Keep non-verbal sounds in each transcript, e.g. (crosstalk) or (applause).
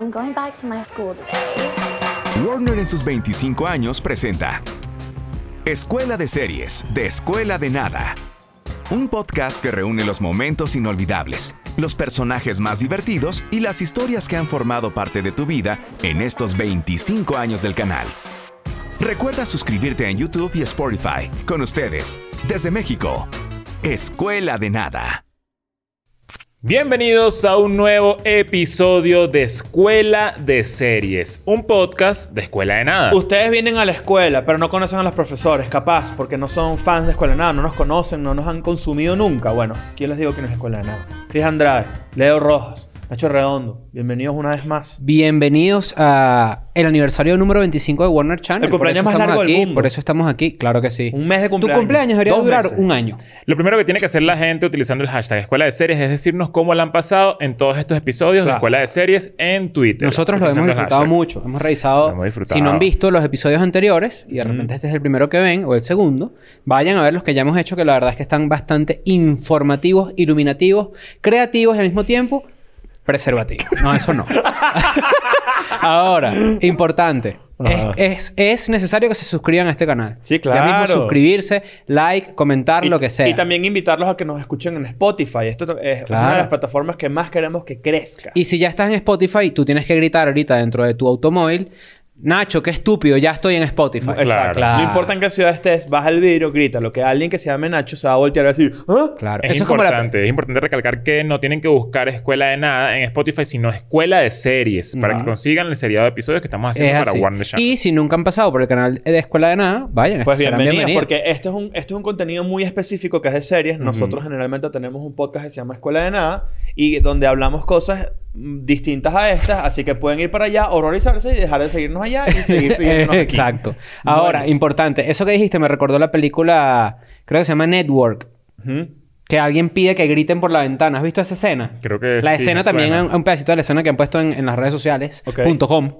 I'm going back to my school today. Warner en sus 25 años presenta Escuela de Series, de Escuela de Nada. Un podcast que reúne los momentos inolvidables, los personajes más divertidos y las historias que han formado parte de tu vida en estos 25 años del canal. Recuerda suscribirte en YouTube y Spotify. Con ustedes, desde México, Escuela de Nada. Bienvenidos a un nuevo episodio de Escuela de Series, un podcast de Escuela de Nada. Ustedes vienen a la escuela, pero no conocen a los profesores, capaz, porque no son fans de Escuela de Nada, no nos conocen, no nos han consumido nunca. Bueno, ¿quién les digo quién es Escuela de Nada? Cris Andrade, Leo Rojas, Nacho Redondo, bienvenidos una vez más. Bienvenidos a el aniversario número 25 de Warner Channel. El cumpleaños Por eso más largo estamos del aquí, mundo. Por eso estamos aquí, claro que sí. Un mes de cumpleaños. Tu cumpleaños debería Dos durar meses. un año. Lo primero que tiene que hacer la gente utilizando el hashtag Escuela de Series es decirnos cómo la han pasado en todos estos episodios de Claro. Escuela de Series en Twitter. Nosotros lo hemos Utilizando el disfrutado hashtag. mucho. Hemos revisado. Lo hemos disfrutado. Si no han visto los episodios anteriores y de repente este es el primero que ven o el segundo, vayan a ver los que ya hemos hecho, que la verdad es que están bastante informativos, iluminativos, creativos y al mismo tiempo preservativos. No, eso no. (laughs) Ahora, importante. Es, Ajá. es- es necesario que se suscriban a este canal. Sí, Ya mismo claro. suscribirse, like, comentar, Y- lo que sea. Y también invitarlos a que nos escuchen en Spotify. Esto to- es una Claro. de las plataformas que más queremos que crezca. Y si ya estás en Spotify, tú tienes que gritar ahorita dentro de tu automóvil, Nacho, qué estúpido, ya estoy en Spotify. Exacto. Claro. No importa en qué ciudad estés, baja el vidrio, grita. Lo que alguien que se llame Nacho se va a voltear y va a decir, ¿ah? Claro. Es Eso es como la- importante, es importante recalcar que no tienen que buscar Escuela de Nada en Spotify, sino Escuela de Series, para que consigan el seriado de episodios que estamos es haciendo para así. Warner Channel. Y si nunca han pasado por el canal de Escuela de Nada, (laughs) vayan. Pues serán bienvenidos, porque esto es, un, esto es un contenido muy específico que es de series. Nosotros generalmente tenemos un podcast que se llama Escuela de Nada y donde hablamos cosas mm, distintas a estas, así que pueden ir para allá, horrorizarse y dejar de seguirnos allá y (laughs) seguir siguiéndonos aquí. Exacto. Ahora, Buenos. importante. Eso que dijiste me recordó la película, creo que se llama Network. Ujú. Que alguien pide que griten por la ventana. ¿Has visto esa escena? Creo que La sí, escena me también, suena. hay un pedacito de la escena que han puesto en, en las redes sociales. Ok. punto com.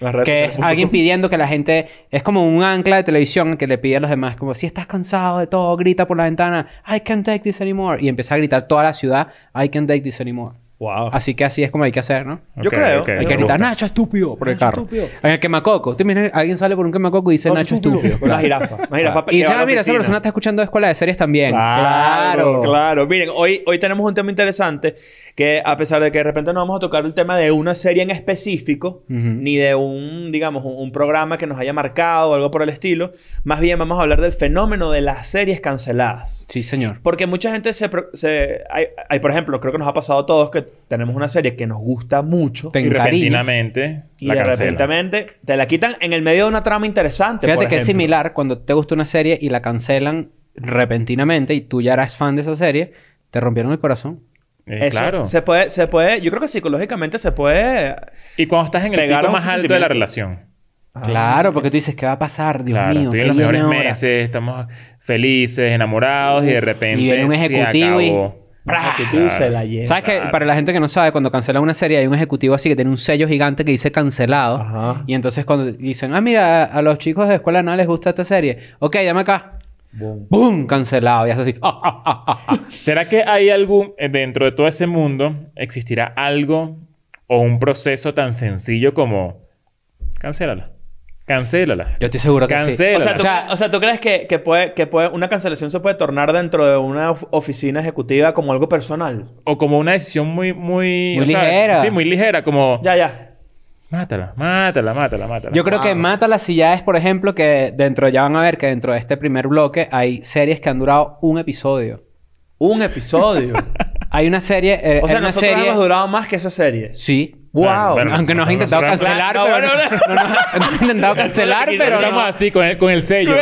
Las redes que sociales es punto alguien com. pidiendo que la gente es como un ancla de televisión que le pide a los demás como si estás cansado de todo grita por la ventana I can't take this anymore y empieza a gritar toda la ciudad I can't take this anymore Wow. así que así es como hay que hacer ¿no? Ok, Yo creo. ok. Hay hay que Ah. me gritar gusta. Nacho estúpido por el Nacho carro estúpido. en el quemacoco Tú miras, alguien sale por un quemacoco y dice Otro Nacho estúpido Una jirafa. Una jirafa y que dice va a la ah mira esa oficina. persona está escuchando de escuela de series también Claro, claro. Miren, hoy, hoy tenemos un tema interesante que a pesar de que de repente no vamos a tocar el tema de una serie en específico, ni de un, digamos, un, un programa que nos haya marcado o algo por el estilo, más bien vamos a hablar del fenómeno de las series canceladas. sí señor Porque mucha gente se... pro- se- hay, hay, por ejemplo, creo que nos ha pasado a todos que tenemos una serie que nos gusta mucho. Te Y encariñas. repentinamente y la de cancelan. repente te la quitan en el medio de una trama interesante. Fíjate por que es ejemplo. similar cuando te gusta una serie y la cancelan repentinamente y tú ya eras fan de esa serie, te rompieron el corazón. Eh, Eso claro. Se puede, se puede, yo creo que psicológicamente se puede Y cuando estás en el Pegaron pico su más alto de la sentimiento. relación. claro, porque tú dices, ¿qué va a pasar? Dios Ah, claro, mío, estoy ¿qué en los viene mejores ahora? meses, estamos felices, enamorados y de repente y viene un se ejecutivo y- acabó. Ah, ¡Pra! que tú se la llevas. ¿Sabes que Claro. Para la gente que no sabe, cuando cancelan una serie hay un ejecutivo así que tiene un sello gigante que dice cancelado. Ajá. Y entonces cuando dicen, ah, mira, a, a los chicos de escuela nada les gusta esta serie. Ok, llama acá. Boom. ¡Bum! Cancelado. Y hace así. (laughs) ah, ah, ah, ah, ah. ¿Será que hay algún, eh, dentro de todo ese mundo, existirá algo o un proceso tan sencillo como cancélala? Cancélala. Yo estoy seguro que sí. O Cancélala. sea, ¿tú, O sea- o sea, ¿tú crees que, que puede, que puede, una cancelación se puede tornar dentro de una of- oficina ejecutiva como algo personal? O como una decisión muy, muy... Muy o sea, ligera. sí, muy ligera, como... Ya, ya. Mátala, mátala, mátala, mátala. Yo creo que Mátala si ya es, por ejemplo, que dentro, ya van a ver que dentro de este primer bloque hay series que han durado un episodio. Un (laughs) episodio. Hay una serie, eh, o sea, era una nosotros serie. hemos durado más que esa serie. Sí. ¡Wow! bueno. Aunque nos ha intentado Nosotros- cancelar, Claro, pero no, no, no nos (laughs) ha- nos ha intentado cancelar, Eso es lo que pero Estamos no. así con el, con el sello.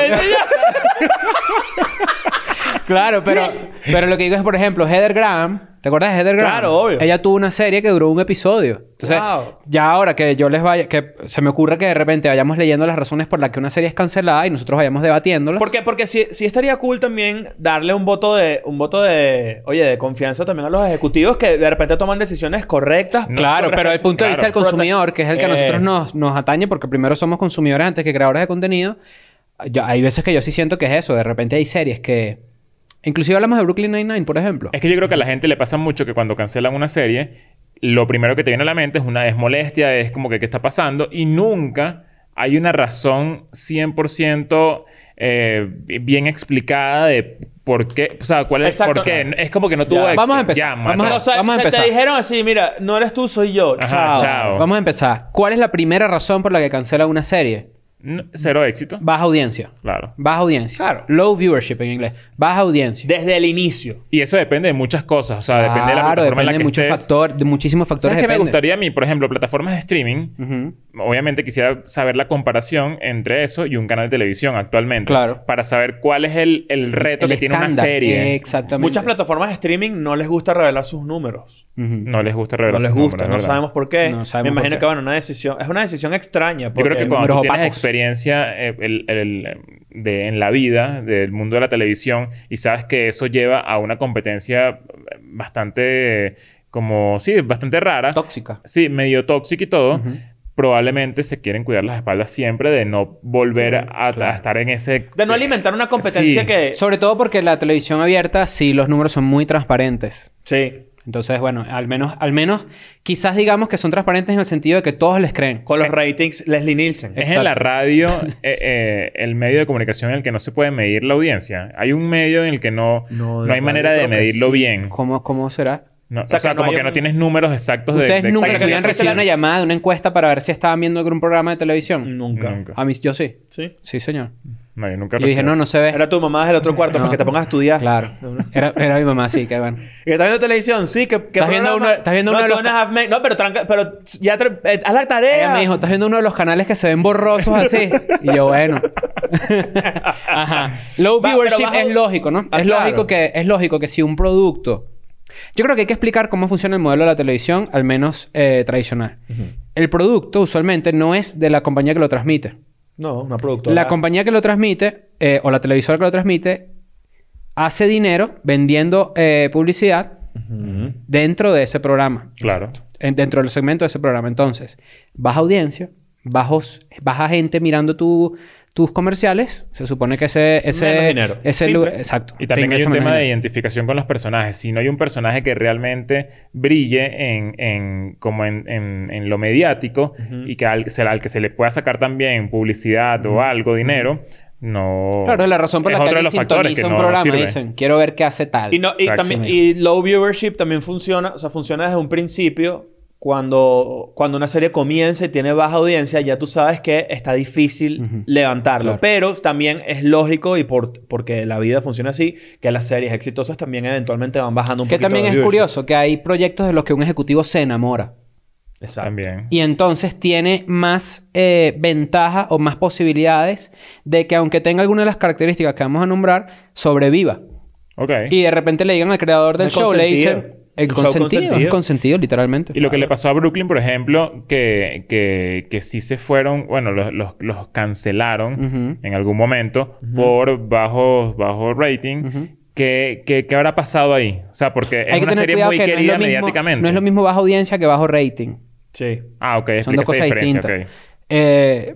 Claro, pero, pero lo que digo es, por ejemplo, Heather Graham. ¿Te acuerdas de Heather Graham? Claro, obvio. Ella tuvo una serie que duró un episodio. Entonces, Wow. ya ahora que yo les vaya... Que se me ocurre que de repente vayamos leyendo las razones por las que una serie es cancelada y nosotros vayamos debatiéndolas. Porque, porque sí, sí estaría cool también darle un voto de, un voto de, oye, de confianza también a los ejecutivos que de repente toman decisiones correctas. No, Claro, con pero el respecto- punto de vista del claro. consumidor, que es el que a nosotros Eso. nos, nos atañe, porque primero somos consumidores antes que creadores de contenido, yo- hay veces que yo sí siento que es eso. De repente hay series que... Inclusive hablamos de Brooklyn Nine-Nine, por ejemplo. Es que yo creo que a la gente le pasa mucho que cuando cancelan una serie, lo primero que te viene a la mente es una es molestia, es como que qué está pasando y nunca hay una razón 100% eh, bien explicada de por qué, o sea, cuál es Exacto. por qué. Es como que no tuvo Ya. ex- Vamos a empezar. llama, Vamos a- ¿no? O sea, Vamos a se empezar. te dijeron así, mira, no eres tú, soy yo. Ajá, chao. chao. Vamos a empezar. ¿Cuál es la primera razón por la que cancela una serie? No, cero éxito. Baja audiencia. Claro. Baja audiencia. Claro. Low viewership en inglés. Baja audiencia. Desde el inicio. Y eso depende de muchas cosas, o sea, depende de la Claro, plataforma en la depende que de muchos estés. factores, de muchísimos factores. ¿Sabes qué me depende. gustaría a mí? Por ejemplo, plataformas de streaming. Ujú. Obviamente quisiera saber la comparación entre eso y un canal de televisión actualmente. Claro. Para saber cuál es el, el reto El que tiene una estándar. serie. Exactamente. Muchas plataformas de streaming no les gusta revelar sus números. Ujú. No les gusta No revelar les sus gusta, nombres, no ¿verdad? sabemos por qué. No sabemos Me por imagino qué. que, bueno, una decisión... Es una decisión extraña. Yo Porque creo que cuando tú números tienes opacos. experiencia eh, el- el- de- en la vida, del mundo de la televisión, y sabes que eso lleva a una competencia bastante, eh, como, sí, bastante rara. Tóxica. Sí, medio tóxico y todo. Probablemente se quieren cuidar las espaldas siempre de no volver a, a estar en ese... De no alimentar una competencia Sí. que... Sobre todo porque la televisión abierta, sí, los números son muy transparentes. Sí. Entonces, bueno, al menos, al menos, quizás digamos que son transparentes en el sentido de que todos les creen. Con los ratings Leslie Nielsen. Es en la (laughs) radio eh, eh, el medio de comunicación en el que no se puede medir la audiencia. Hay un medio en el que no, No, no, de hay verdad, manera yo de creo que medirlo sí. bien. ¿Cómo, cómo será? No, o sea, sea, que no como hay que no un- tienes números exactos de... Ustedes de- nunca de- se habían habían recibido recibido- una llamada de una encuesta para ver si estaban viendo algún programa de televisión. Nunca. Nunca. A mí, yo sí. Sí. Sí, señor. No, yo nunca Yo dije, recibí no, eso. no se ve. pues, Era tu mamá desde el otro cuarto No. para que te pongas a estudiar. (laughs) Claro. Era, era mi mamá, sí, que bueno. ¿Y que estás viendo televisión? Sí, que. Estás viendo uno- estás viendo no, uno de los- Two and a Half Men. No, pero tranca, pero ya tra- eh, haz la tarea. Ella me dijo, ¿estás viendo uno de los canales que se ven borrosos así? Y (laughs) yo, bueno. Ajá. Low Va, pero viewership baja- es lógico, ¿no? Ah, es, claro. lógico que, es lógico que si un producto... Yo creo que hay que explicar cómo funciona el modelo de la televisión, al menos eh, tradicional. El producto usualmente no es de la compañía que lo transmite. No, una productora. La compañía que lo transmite, eh, o la televisora que lo transmite, hace dinero vendiendo eh, publicidad dentro de ese programa. Claro. En- dentro del segmento de ese programa. Entonces, baja audiencia, bajos, baja gente mirando tu- tus comerciales. Se supone que ese... ese Menos dinero. Ese Simple. lu- exacto. pues. Y Te también hay ingresa un menos tema de dinero. identificación con los personajes. Si no hay un personaje que realmente brille en, en- como en, en- en lo mediático y que al, se- al que se le pueda sacar también publicididad o algo, dinero, no... Claro, es la razón por es la que otro de alguien los factores que sintoniza un no- no programa. sirve. dicen, quiero ver qué hace tal. Y, no, y, Exacto. también, y low viewership también funciona, o sea, funciona desde un principio. Cuando, cuando una serie comienza y tiene baja audiencia, ya tú sabes que está difícil levantarlo. Claro. Pero también es lógico y por, porque la vida funciona así, que las series exitosas también eventualmente van bajando un que poquito. también de es viewership. curioso que hay proyectos de los que un ejecutivo se enamora. Exacto. También. Y entonces tiene más eh, ventaja o más posibilidades de que aunque tenga alguna de las características que vamos a nombrar, sobreviva. Ok. Y de repente le digan al creador del El show, le dicen... consentido. El El show consentido, consentido. el consentido, literalmente. Y lo que le pasó a Brooklyn, por ejemplo, que, que, que sí se fueron, bueno, los, los, los cancelaron Ujú. en algún momento por bajo, bajo rating. ¿Qué, qué, qué habrá pasado ahí? O sea, porque es Hay que una tener serie cuidado muy que no es lo querida mismo- mediáticamente. No es lo mismo baja audiencia que bajo rating. Sí. Ah, ok. Son Explica dos esa cosas diferencia. distintas. Eh,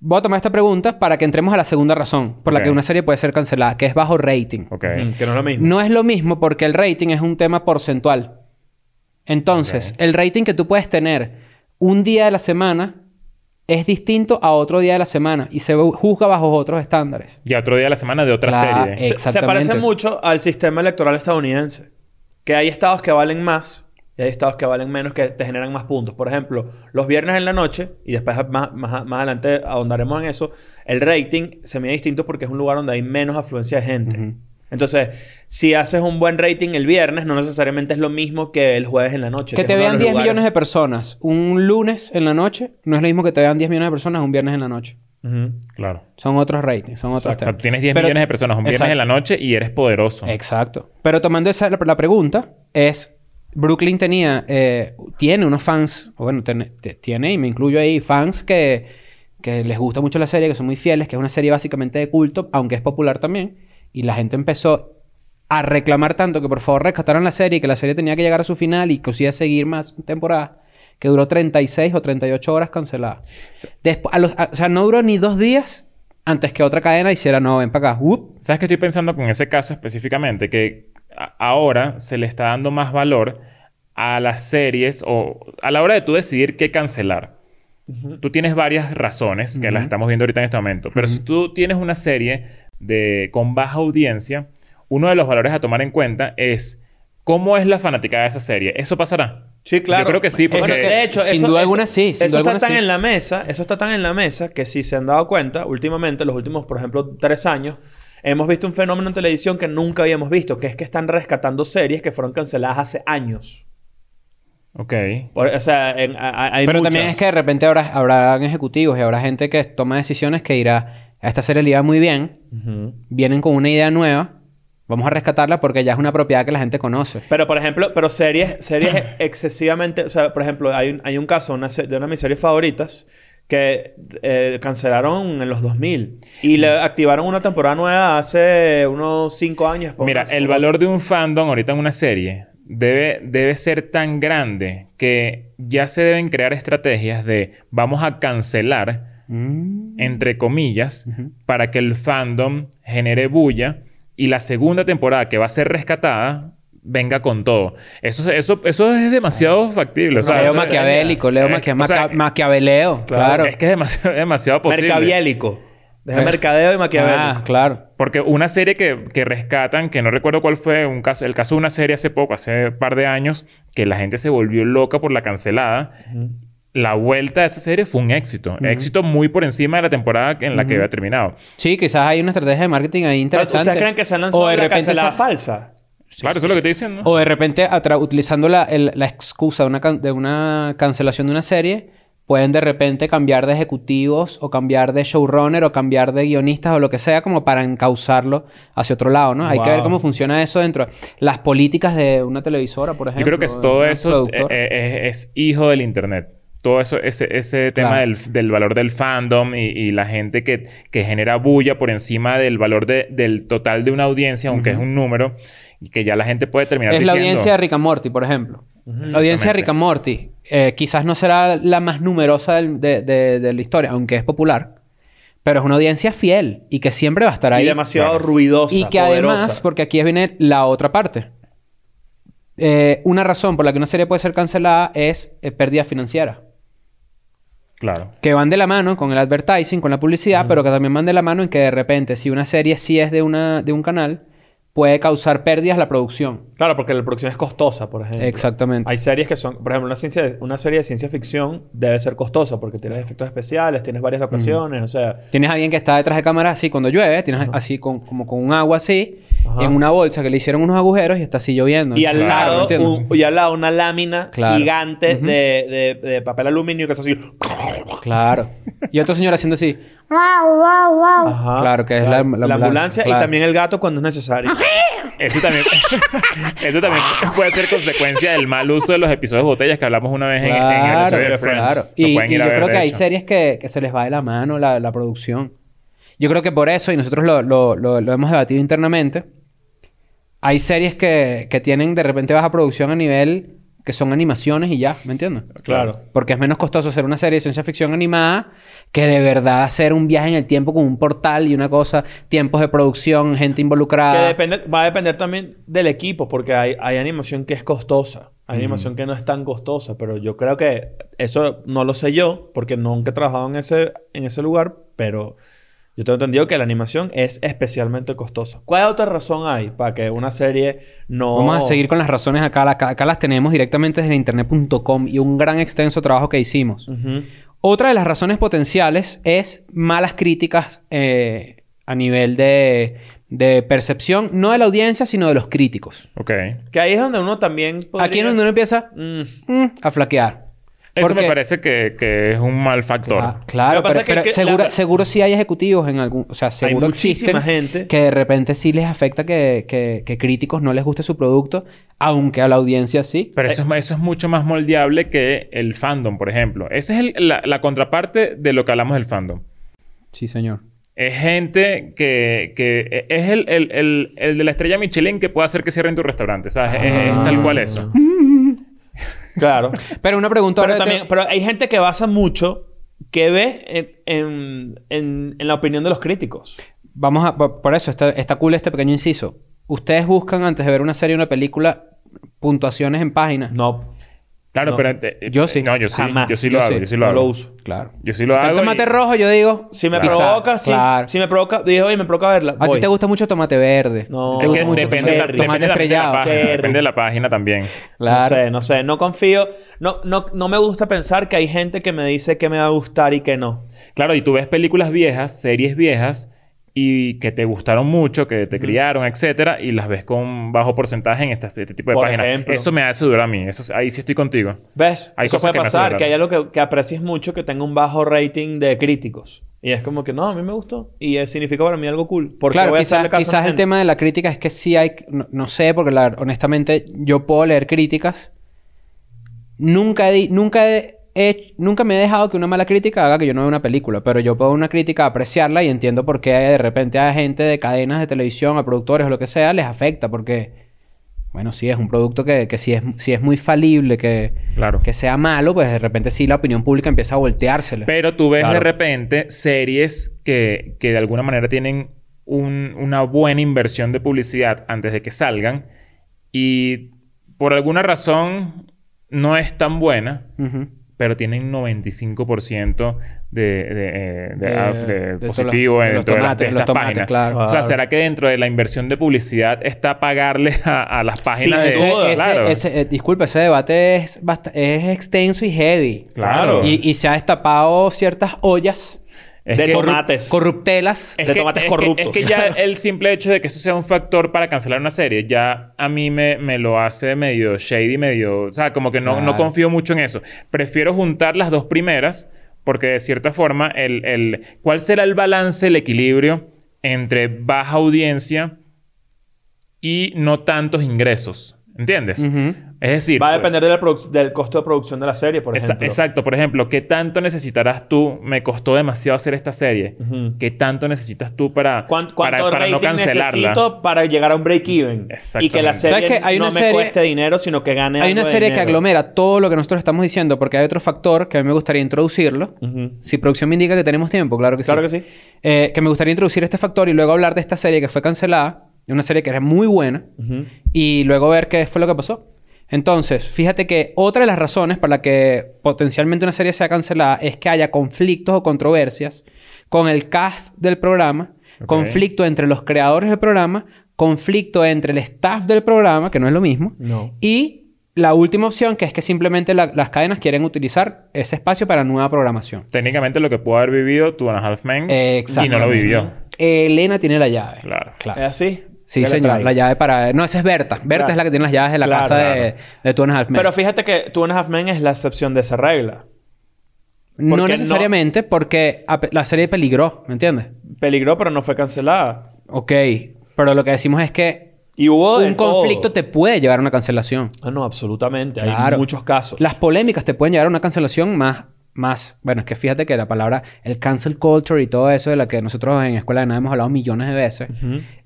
voy a tomar esta pregunta para que entremos a la segunda razón por la Ok. que una serie puede ser cancelada, que es bajo rating. Ok. Ok. Mm, que no es lo mismo. No es lo mismo porque el rating es un tema porcentual. Entonces, el rating que tú puedes tener un día de la semana es distinto a otro día de la semana y se juzga bajo otros estándares. Y otro día de la semana de otra Claro, serie. eh. Se- Se Exactamente. parece mucho al sistema electoral estadounidense. Que hay estados que valen más y hay estados que valen menos que te generan más puntos. Por ejemplo, los viernes en la noche, y después más, más, más adelante ahondaremos en eso, el rating se mide distinto porque es un lugar donde hay menos afluencia de gente. Entonces, si haces un buen rating el viernes, no necesariamente es lo mismo que el jueves en la noche. Que es te uno de vean los 10 lugares- millones de personas un lunes en la noche no es lo mismo que te vean 10 millones de personas un viernes en la noche. Ujú. Claro. Son otros ratings, son otros Exacto. O sea, temas. tienes 10 Pero- millones de personas un viernes Exacto. en la noche y eres poderoso. Exacto. Pero tomando esa la, la pregunta, es... Brooklyn tenía... eh, tiene unos fans... o Bueno, ten- te- tiene, y me incluyo ahí, fans que, que les gusta mucho la serie, que son muy fieles, que es una serie básicamente de culto, aunque es popular también. Y la gente empezó a reclamar tanto que por favor rescataran la serie, que la serie tenía que llegar a su final y que os iba a seguir más temporadas, que duró 36 o 38 horas cancelada. Despu- a los- a- o sea, no duró ni dos días antes que otra cadena hiciera, no, ven para acá, whoop, ¿Sabes qué estoy pensando con ese caso específicamente? Que a- ahora se le está dando más valor a las series o a la hora de tú decidir qué cancelar. Tú tienes varias razones que las estamos viendo ahorita en este momento. Pero si tú tienes una serie de, con baja audiencia, uno de los valores a tomar en cuenta es cómo es la fanaticada de esa serie. ¿Eso pasará? Sí, claro. Yo creo que sí, porque... Bueno, de hecho, sin eso- duda eso- alguna sí, eso sin duda está alguna tan sí. en la mesa, eso está tan en la mesa que si se han dado cuenta, últimamente, los últimos, por ejemplo, tres años, hemos visto un fenómeno en televisión que nunca habíamos visto, que es que están rescatando series que fueron canceladas hace años. Ok. Por- o sea, en- a- a- hay Pero muchas. también es que de repente habrá, habrán ejecutivos y habrá gente que toma decisiones que irá a esta serie le iba muy bien, Ujú. vienen con una idea nueva, vamos a rescatarla porque ya es una propiedad que la gente conoce. Pero, por ejemplo, pero series, (clears throat) series excesivamente... O sea, por ejemplo, hay un, hay un caso una se- de una de mis series favoritas que eh, cancelaron en los 2000 y le Mm. activaron una temporada nueva hace unos 5 años. por Mira, una- el valor de un fandom ahorita en una serie debe, debe ser tan grande que ya se deben crear estrategias de vamos a cancelar, Mm. entre comillas, para que el fandom genere bulla y la segunda temporada que va a ser rescatada venga con todo. Eso, eso, eso es demasiado factible. O sea, Leo eso- maquiavélico, Leo eh, maquia- o maca- sea, maquiaveleo, claro. Es que es demasiado, (laughs) demasiado posible. Mercadiélico. Deja Eh. mercadeo y maquiavélico. Ah, claro. Porque una serie que, que rescatan, que no recuerdo cuál fue, un caso, el caso de una serie hace poco, hace un par de años, que la gente se volvió loca por la cancelada. La vuelta de esa serie fue un éxito. Éxito muy por encima de la temporada en la que había terminado. Sí, quizás hay una estrategia de marketing ahí Pero, interesante. ¿Ustedes creen que se han lanzado O de la repente cancelada esa- falsa? claro, eso es lo que te dicen, ¿no? O de repente, atra- utilizando la, el- la excusa de una, can- de una cancelación de una serie, pueden de repente cambiar de ejecutivos o cambiar de showrunner o cambiar de guionistas o lo que sea, como para encauzarlo hacia otro lado, ¿no? Hay que Wow. ver cómo funciona eso dentro. Las políticas de una televisora, por Yo ejemplo. creo que de es- todo una eso eh, productora. eh, es, es hijo del internet. Todo eso, ese, ese tema Claro. del, del valor del fandom y, y la gente que, que genera bulla por encima del valor de- del total de una audiencia, aunque es un número, y que ya la gente puede terminar Es la diciendo... audiencia de Rick and Morty, por ejemplo. La audiencia Exactamente. de Rick and Morty eh, quizás no será la más numerosa del- de, de- de la historia, aunque es popular. Pero es una audiencia fiel y que siempre va a estar ahí. Y demasiado ruidosa. Y que poderosa. además, porque aquí viene la otra parte. Eh, una razón por la que una serie puede ser cancelada es eh, pérdida financiera. Claro. Que van de la mano con el advertising, con la publicidad, pero que también van de la mano en que de repente, si una serie sí es de, una, de un canal, puede causar pérdidas a la producción. Claro, porque la producción es costosa, por ejemplo. Exactamente. Hay series que son, por ejemplo, una, ciencia de- una serie de ciencia ficción debe ser costosa porque tienes efectos especiales, tienes varias locaciones, o sea, Tienes a alguien que está detrás de cámara así cuando llueve, tienes así con, como con un agua así, Ajá. en una bolsa que le hicieron unos agujeros y está así lloviendo. y al Claro, ¿me lado entiendes? un- y al lado una lámina Claro. gigante de, de- de papel aluminio que es así. Claro. Y otro señor haciendo así. Ajá. Claro, que es la- la ambulancia, ambulancia y claro. también el gato cuando es necesario. Eso (laughs) también, eso también Ah. puede ser consecuencia del mal uso de los episodios botellas que hablamos una vez en- en, el episodio de Friends. claro. Lo Y, pueden y ir yo a ver, creo de que hay hecho. series que, que se les va de la mano la, la producción. Yo creo que por eso, y nosotros lo, lo- lo- lo hemos debatido internamente, hay series que, que tienen de repente baja producción a nivel que son animaciones y ya, ¿me entiendes? Claro. Porque es menos costoso hacer una serie de ciencia ficción animada que de verdad hacer un viaje en el tiempo con un portal y una cosa, tiempos de producción, gente Que involucrada. depende, va a depender también del equipo, porque hay, hay animación que es costosa. Hay animación que no es tan costosa, pero yo creo que eso no lo sé yo, porque nunca he trabajado en ese, en ese lugar, pero yo tengo entendido que la animación es especialmente costosa. ¿Cuál otra razón hay para que una serie no... Vamos a seguir con las razones acá. La- acá. acá las tenemos directamente desde internet.com y un gran extenso trabajo que hicimos. Ujú. Otra de las razones potenciales es malas críticas eh, a nivel de, de percepción, no de la audiencia, sino de los críticos. Ok. Que ahí es donde uno también... podría- Aquí es donde uno empieza Mm. mm, a flaquear. Eso Porque- me parece que, que es un mal factor. Ah, claro, Lo que pasa pero, es que- pero que seguro, la- seguro sí hay ejecutivos en algún... O sea, seguro muchísima existen gente. que de repente sí les afecta que, que- que críticos no les guste su producto, aunque a la audiencia sí. Pero eso, es, eso es mucho más moldeable que el fandom, por ejemplo. Esa es el- la, la contraparte de lo que hablamos del fandom. Sí, señor. Es gente que, que es el, el- el- el de la estrella Michelin que puede hacer que cierren tu restaurante. ¿sabes? Es- es, es Ah. tal cual eso. (laughs) Claro. Pero una pregunta ahora... pero, yo te- también, pero hay gente que basa mucho que ve en, en- en- en la opinión de los críticos. Vamos a... Por, por eso, está, está cool este pequeño inciso. ¿Ustedes buscan antes de ver una serie o una película puntuaciones en páginas? No, Claro, No. pero... eh, Yo sí. No, yo sí. Jamás. Yo sí lo Yo hago. sí. Yo sí lo no hago. lo uso. Claro. Yo sí lo Si está hago el tomate y- rojo, yo digo... Si me quizá, provoca, sí. Claro. Si me provoca, digo, oye, me provoca verla. A ti voy. te gusta mucho tomate verde. No. Te Es gusta que mucho depende, tomate, de la- Cherry. tomate depende también de la estrellado. página. Cherry. Depende de la página también. Claro. No sé, no sé. No confío. No, no, no me gusta pensar que hay gente que me dice que me va a gustar y que no. Claro, y tú ves películas viejas, series viejas, y que te gustaron mucho, que te criaron, etcétera, y las ves con bajo porcentaje en este, este tipo de Por páginas. ejemplo. Eso me hace durar a mí. Eso, ahí sí estoy contigo. ¿Ves? Hay Eso cosas puede que me hacen pasar, llorar. que hay algo que, que aprecies mucho que tenga un bajo rating de críticos. Y es como que no, a mí me gustó. Y eh, significa para mí algo cool. Porque Claro, voy a quizás, hacerle caso a quizás la el gente. tema de la crítica es que sí hay, no, no sé, porque la- honestamente yo puedo leer críticas. Nunca he, di- nunca he, he- nunca me he dejado que una mala crítica haga que yo no vea una película, pero yo puedo una crítica apreciarla y entiendo por qué de repente a gente de cadenas de televisión, a productores o lo que sea, les afecta, porque, bueno, sí es un producto que, que sí, es, sí es muy falible, que, Claro. que sea malo, pues de repente sí la opinión pública empieza a volteársela. Pero tú ves Claro. de repente series que, que de alguna manera tienen un- una buena inversión de publicidad antes de que salgan y por alguna razón no es tan buena, Ujú. pero tienen 95% de, de, eh, de De- af- de de todos positivo los- de dentro de, los las- de tomates, los estas tomates, páginas. claro. O sea, Claro. ¿será que dentro de la inversión de publicidad está pagarle a, a las páginas Sin de... duda. Ese- claro. ese- eh, disculpa, ese debate es, bast- es extenso y heavy. Claro. Y, y se ha destapado ciertas ollas Es de que- tomates. corruptelas. de tomates es corruptos. es que (laughs) ya el simple hecho de que eso sea un factor para cancelar una serie, ya a mí me, me lo hace medio shady, medio. O sea, como que no, no Claro. confío mucho en eso. Prefiero juntar las dos primeras, porque de cierta forma, el, el- ¿cuál será el balance, el equilibrio entre baja audiencia y no tantos ingresos? ¿Entiendes? Ujú. Es decir, Va a pues, depender de la produc- del costo de producción de la serie, por Esa- ejemplo. exacto, por ejemplo, ¿qué tanto necesitarás tú? Me costó demasiado hacer esta serie. Ujú. ¿Qué tanto necesitas tú para, ¿Cuán- ¿Cuánto para, para no rating cancelarla? necesito para llegar a un break-even? Y Exactamente. que la serie ¿Sabes que hay no una me serie- cueste dinero, sino que gane Hay una algo de serie que dinero. aglomera todo lo que nosotros estamos diciendo, porque hay otro factor que a mí me gustaría introducirlo. Ujú. Si producción me indica que tenemos tiempo, claro que sí. Claro que sí. Eh, que me gustaría introducir este factor y luego hablar de esta serie que fue cancelada, una serie que era muy buena, Ujú. y luego ver qué fue lo que pasó. Entonces, fíjate que otra de las razones para la que potencialmente una serie sea cancelada es que haya conflictos o controversias con el cast del programa, Ok. conflicto entre los creadores del programa, conflicto entre el staff del programa, que no es lo mismo, No. y la última opción, que es que simplemente la- las cadenas quieren utilizar ese espacio para nueva programación. Técnicamente lo que pudo haber vivido Two and a Half Men y no lo vivió. Elena tiene la llave. Claro. Claro. ¿Es así? Sí, Ya la señor. traigo. La llave para... No, esa es Berta. Berta Claro. es la que tiene las llaves de la Claro, casa de, de Two and a Half Men. Pero fíjate que Two and a Half Men es la excepción de esa regla. No no- necesariamente porque ape- la serie peligró, ¿me entiendes? Peligró, pero no fue cancelada. Ok. Pero lo que decimos es que Y hubo de un conflicto todo. te puede llevar a una cancelación. Ah, no, absolutamente. Claro. Hay muchos casos. Las polémicas te pueden llevar a una cancelación más... Más... Bueno, es que fíjate que la palabra... El cancel culture y todo eso de la que nosotros en Escuela de Nada hemos hablado millones de veces.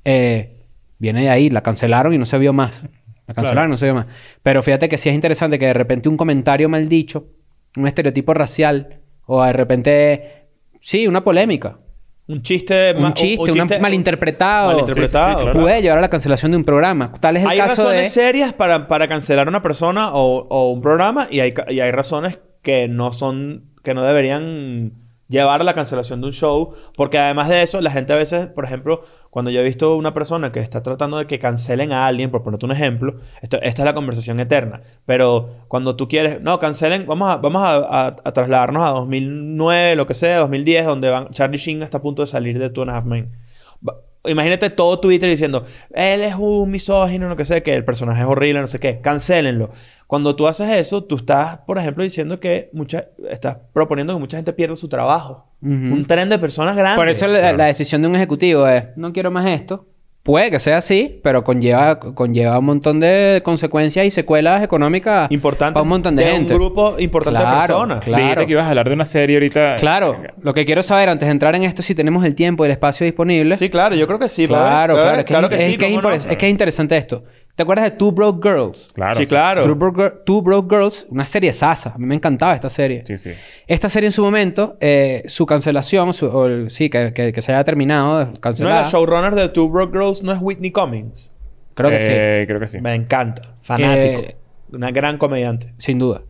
eh, viene de ahí. La cancelaron y no se vio más. La cancelaron y no se vio más. Pero fíjate que sí es interesante que de repente un comentario mal dicho... Un estereotipo racial... O de repente... Sí, una polémica. Un chiste... Eh, ma- un chiste, un malinterpretado, Malinterpretado. Sí, sí, claro. puede llevar a la cancelación de un programa. Tal es el Hay caso razones de serias para, para cancelar a una persona o, o un programa y hay, ca- y hay razones que no son... que no deberían llevar a la cancelación de un show. Porque además de eso, la gente a veces, por ejemplo, cuando yo he visto una persona que está tratando de que cancelen a alguien, por ponerte un ejemplo, esto- esta es la conversación eterna. Pero cuando tú quieres... No, cancelen... Vamos a, vamos a, a- a trasladarnos a 2009, lo que sea, 2010, donde van, Charlie Sheen está a punto de salir de Two and a Half Men. Va- Imagínate todo Twitter diciendo, él es un misógino, no que sé qué, el personaje es horrible, no sé qué, cancelenlo. Cuando tú haces eso, tú estás, por ejemplo, diciendo que mucha, estás proponiendo que mucha gente pierda su trabajo. Un tren de personas grandes. Por eso la, la decisión de un ejecutivo es, no quiero más esto. Puede que sea así, pero conlleva, conlleva un montón de consecuencias y secuelas económicas importante para un montón de, gente. un grupo importante Claro, de personas. claro. Dijiste que ibas a hablar de una serie ahorita. Claro. Lo que quiero saber antes de entrar en esto, si tenemos el tiempo y el espacio disponible. Sí, claro, yo creo que sí. ¿eh? claro, Robert. claro. Es que, es- es, que es ¿cómo no? interes- es que es interesante esto. ¿Te acuerdas de Two Broke Girls? Claro. Sí, claro. Two Broke, Gir- Two Broke Girls, una serie sasa. A mí me encantaba esta serie. Sí, sí. Esta serie en su momento, eh, su cancelación, su- o el- sí, que, que- que se haya terminado, eh, No, la cancelada. showrunner de Two Broke Girls no es Whitney Cummings. creo que sí. Eh, Creo que sí. Me encanta. Fanático. Eh, Una gran comediante. Sin duda.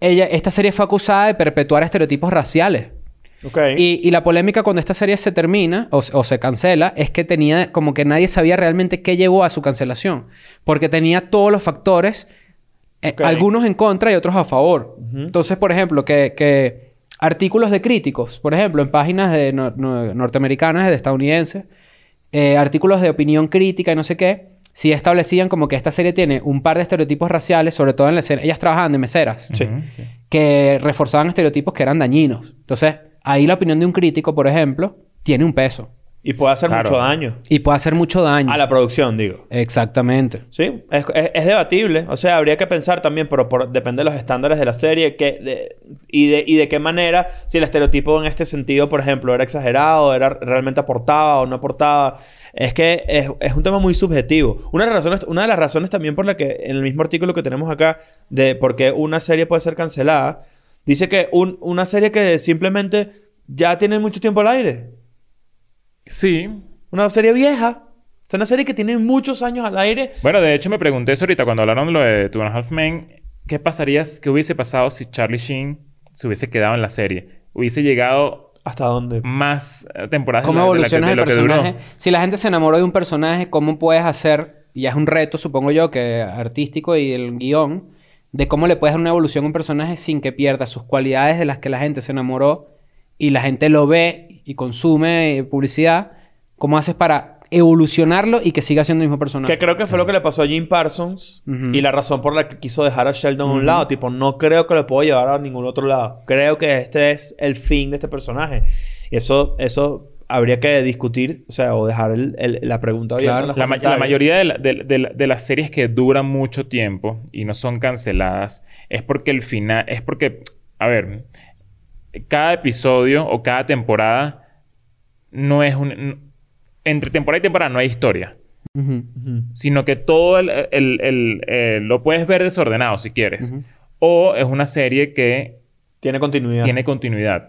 Ella, esta serie fue acusada de perpetuar estereotipos raciales. Ok. Y, y la polémica cuando esta serie se termina o, se- o se cancela es que tenía como que nadie sabía realmente qué llevó a su cancelación. Porque tenía todos los factores, eh, Ok. algunos en contra y otros a favor. Entonces, por ejemplo, que, que artículos de críticos, por ejemplo, en páginas de nor- no- norteamericanas, de estadounidenses, eh, artículos de opinión crítica y no sé qué, sí establecían como que esta serie tiene un par de estereotipos raciales, sobre todo en la escena. Ellas trabajaban de meseras sí. Ujú, sí. que reforzaban estereotipos que eran dañinos. Entonces, ahí la opinión de un crítico, por ejemplo, tiene un peso Y puede hacer Claro. mucho daño y puede hacer mucho daño. a la producción, digo. Exactamente. Sí, es, es- es debatible. O sea, habría que pensar también, pero por- depende de los estándares de la serie que, de- y, de, y de qué manera, si el estereotipo en este sentido, por ejemplo, era exagerado, era realmente aportaba o no aportaba. Es que es, es un tema muy subjetivo. Una de, las razones, una de las razones también por la que en el mismo artículo que tenemos acá de por qué una serie puede ser cancelada, dice que un- una serie que simplemente ya tiene mucho tiempo al aire. Sí. Una serie vieja. Es una serie que tiene muchos años al aire Bueno, de hecho me pregunté eso ahorita cuando hablaron lo de Two and a Half Men. ¿Qué pasaría, qué hubiese pasado si Charlie Sheen se hubiese quedado en la serie? Hubiese llegado ¿Hasta dónde? más eh, temporadas de ¿Cómo la- de la que- evoluciona de el lo que duró. personaje? Si la gente se enamoró de un personaje, ¿cómo puedes hacer, y es un reto, supongo yo, que artístico y el guión, de cómo le puedes dar una evolución a un personaje sin que pierda sus cualidades de las que la gente se enamoró y la gente lo ve y consume eh, publicidad? ¿Cómo haces para evolucionarlo y que siga siendo el mismo personaje? Que creo que fue lo que le pasó a Jim Parsons Ujú. y la razón por la que quiso dejar a Sheldon a un lado. Tipo, no creo que lo puedo llevar a ningún otro lado. Creo que este es el fin de este personaje. Y eso, eso habría que discutir, o sea, o dejar el- el- la pregunta abierta. en los La, ma- la comentarios. mayoría de, la- de- de la- de las series que duran mucho tiempo y no son canceladas es porque el final, es porque, a ver, cada episodio o cada temporada no es un... n- Entre temporada y temporada no hay historia, Ujú. sino que todo el, el- el- eh, lo puedes ver desordenado si quieres. O es una serie que Tiene continuidad. tiene continuidad.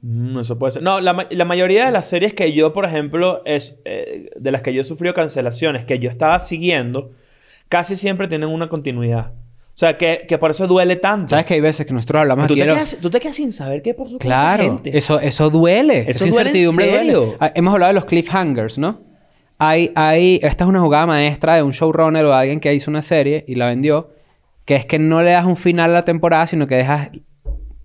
Mm, eso puede ser. No, la, ma- la mayoría de las series que yo, por ejemplo, es, eh, de las que yo he sufrido cancelaciones, que yo estaba siguiendo, casi siempre tienen una continuidad. O sea, que, que por eso duele tanto. ¿Sabes que hay veces que nosotros hablamos Tú aquí te, de los- quedas, tú te quedas sin saber qué por su Claro, eso, eso duele. Eso Esa duele en incertidumbre duele. serio. Ah, Hemos hablado de los cliffhangers, ¿no? Hay, hay, esta es una jugada maestra de un showrunner o de alguien que hizo una serie y la vendió, que es que no le das un final a la temporada, sino que dejas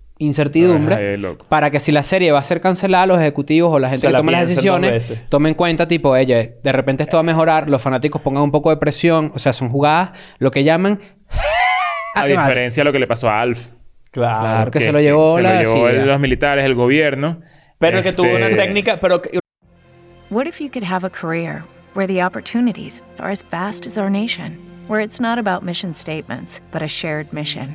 Lo dejas ahí, incertidumbre loco. para que si la serie va a ser cancelada, los ejecutivos o la gente Se que la toma las piensen dos decisiones veces. tomen cuenta, tipo, oye, de repente esto va a mejorar, los fanáticos pongan un poco de presión, o sea, son jugadas, lo que llaman... A que mata. diferencia de lo que le pasó a Alf. Claro. Claro. que se lo llevó se la- lo llevó sí, el- ya. los militares, el gobierno. Pero que tuvo Este, una técnica, pero que- What if you could have a career where the opportunities are as vast as our nation, where it's not about mission statements, but a shared mission?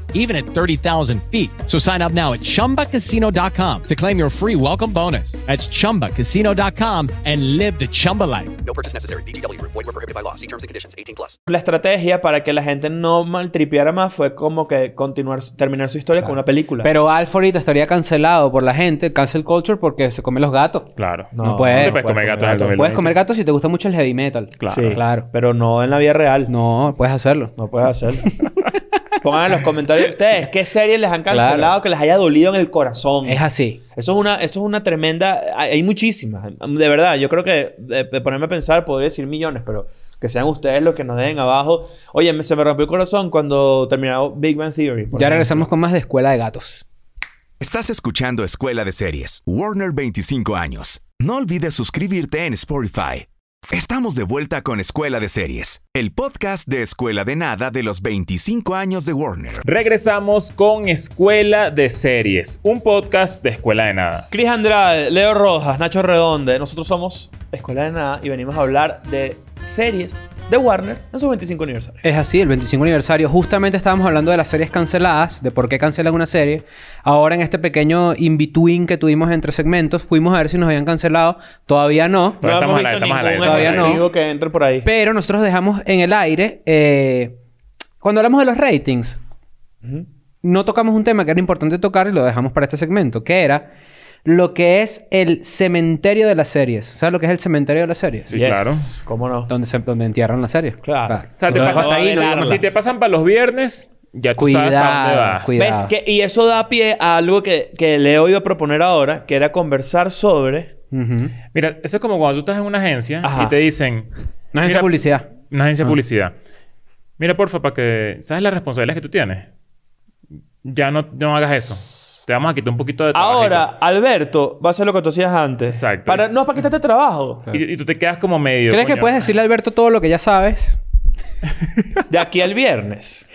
even at 30,000 feet. So sign up now at ChumbaCasino.com to claim your free welcome bonus. That's ChumbaCasino.com and live the Chumba life. No purchase necessary. BGW. Void were prohibited by law. See terms and conditions. 18 plus. La estrategia para que la gente no maltripiara más fue como que continuar, terminar su historia con una película. Pero Alf ahorita estaría cancelado por la gente, cancel culture, porque se comen los gatos. Claro. No, puedes. te puedes comer gato en el Puedes 2020. comer gatos si te gusta mucho el heavy metal. Claro. Sí, claro. Pero no en la vida real. No, No, puedes hacerlo. puedes hacerlo. (laughs) Pongan en los comentarios ustedes qué series les han cancelado Claro. que les haya dolido en el corazón. Es así. Eso es una, eso es una tremenda. Hay, hay muchísimas. De verdad, yo creo que de, de ponerme a pensar podría decir millones, pero que sean ustedes los que nos dejen abajo. Oye, me- se me rompió el corazón cuando terminó Big Bang Theory. por Ya ejemplo. regresamos con más de Escuela de Gatos. Estás escuchando Escuela de Series, Warner 25 años. No olvides suscribirte en Spotify. Estamos de vuelta con Escuela de Series, el podcast de Escuela de Nada de los 25 años de Warner. Regresamos con Escuela de Series, un podcast de Escuela de Nada. Cris Andrade, Leo Rojas, Nacho Redonde. Nosotros somos Escuela de Nada y venimos a hablar de series de Warner en su Eh, 25 aniversario. Es así, el 25 aniversario. Justamente estábamos hablando de las series canceladas, de por qué cancelan una serie. Ahora en este pequeño in-between que tuvimos entre segmentos, fuimos a ver si nos habían cancelado. Todavía no. Todavía estamos al aire, estamos al aire, ningún todavía no. enemigo que entre por ahí. Pero nosotros dejamos en el aire. eh, cuando hablamos de los ratings, no tocamos un tema que era importante tocar y lo dejamos para este segmento, que era lo que es el cementerio de las series. ¿Sabes lo que es el cementerio de las series? Sí, claro. ¿Cómo no? Donde, se, donde entierran las series. Claro. O sea, te Lo dejo pasan- hasta ahí, no digo más. si te pasan para los viernes, ya tú sabes para dónde Cuidado, vas. cuidado. ¿Ves? Que, y eso da pie a algo que, que Leo iba a proponer ahora, que era conversar sobre. Ujú. Mira, eso es como cuando tú estás en una agencia Ajá. y te dicen... No es esa "Mira, publicidad. Una agencia de publicidad. Mira, porfa, para que... ¿Sabes las responsabilidades que tú tienes? Ya no, no hagas eso. Te vamos a quitar un poquito de trabajo. Ahora, Alberto, va a hacer lo que tú hacías antes. Exacto. Para, no, para quitarte trabajo. Y, y tú te quedas como medio... ¿Crees que coño. puedes decirle a Alberto todo lo que ya sabes? De aquí al (laughs) viernes.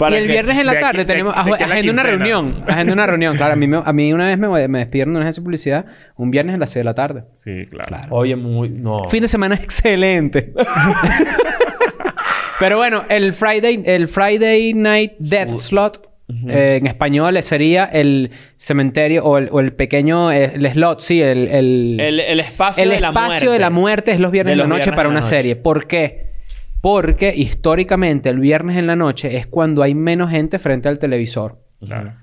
Para y el que- viernes en la de aquí- tarde de- tenemos... de ajo- aquí a la agenda una quincena. reunión. Agenda una reunión. Claro, a mí, me- a mí una vez me, me despidieron de una agencia de publicidad un viernes a las 6 de la tarde. Sí, claro. Oye, muy. No. Oh. Fin de semana (laughs) excelente. Pero bueno, el Friday, el Friday Night Death Slot. eh, en español sería el cementerio o el, o el pequeño eh, el slot, sí, el, el, El, el espacio el de la muerte. espacio de la muerte es los viernes De en la los noche viernes para en la una noche. serie. ¿Por qué? Porque históricamente el viernes en la noche es cuando hay menos gente frente al televisor. Claro.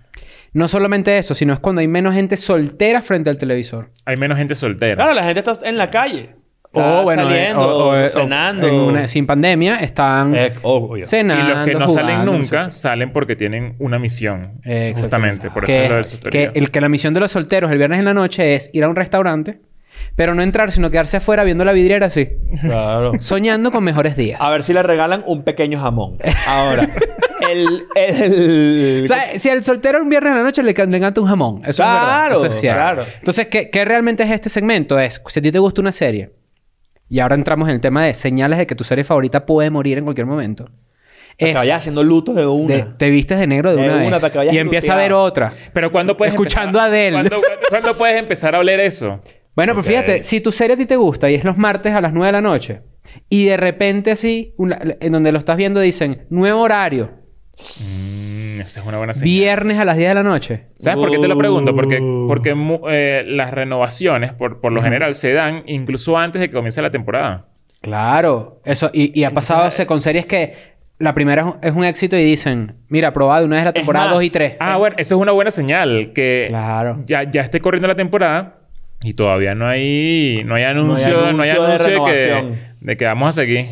No solamente eso, sino es cuando hay menos gente soltera frente al televisor. Hay menos gente soltera. Claro, la gente está en la calle. Está o saliendo, Ah, eh, o- o- o- cenando. en una- sin pandemia están Eh, obvio. Y cenando. los que no salen jugando, nunca no sé salen porque tienen una misión. qué. Exacto. Justamente, por eso que, es lo de su que, teoría. el, que la misión de los solteros el viernes en la noche es ir a un restaurante, pero no entrar, sino quedarse afuera viendo la vidriera (laughs) así, Claro. soñando con mejores días. A ver si le regalan un pequeño jamón. Ahora, (laughs) el. el- O sea, si al soltero un viernes en la noche le, can- le encanta un jamón. Eso Claro, es verdad. Eso es cierto. claro. Entonces, ¿qué, qué realmente es este segmento? Es, si a ti te gusta una serie, y ahora entramos en el tema de señales de que tu serie favorita puede morir en cualquier momento. Es, Acabas ya haciendo luto de una. de- te vistes de negro de, De una, una, vez. para que vayas y empieza a ver luteado. otra. Pero cuando puedes Escuchando empezar- a Adele. ¿Cuándo, cuándo puedes empezar a oler eso? Bueno, pues fíjate, si tu serie a ti te gusta y es los martes a las 9 de la noche, y de repente así, una- en donde lo estás viendo dicen, nuevo horario, Mm, esa es una buena señal. viernes a las 10 de la noche. ¿Sabes por qué te lo pregunto? Porque, porque mu- eh, las renovaciones, por, por lo general, se dan incluso antes de que comience la temporada. Claro, eso, y, y ha pasado se- con series que la primera es un, es un éxito y dicen, mira, probá de una vez la temporada más, eh, 2 y 3. Ah, bueno, esa es una buena señal. Que Eh, Claro. ya, ya esté corriendo la temporada y todavía no hay, no hay anuncio, no hay anuncio de anuncio, de, que, renovación. de que vamos a seguir.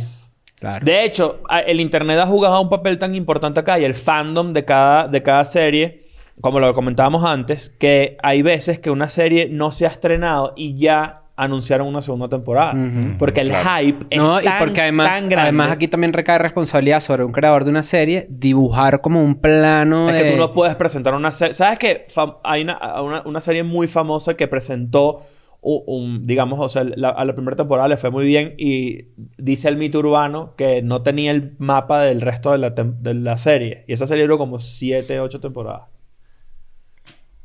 Claro. De hecho, a- el internet ha jugado un papel tan importante acá y el fandom de cada, de cada serie, como lo comentábamos antes, que hay veces que una serie no se ha estrenado y ya anunciaron una segunda temporada. Porque el hype es no, tan, y porque además, tan grande. además aquí también recae responsabilidad sobre un creador de una serie dibujar como un plano Es de... que tú no puedes presentar una serie. ¿Sabes qué? Fam- hay una, a- una, una serie muy famosa que presentó u- un, digamos, o sea, la- a la primera temporada le fue muy bien y dice el mito urbano que no tenía el mapa del resto de la, tem- de la serie. Y esa serie duró como 7, 8 temporadas.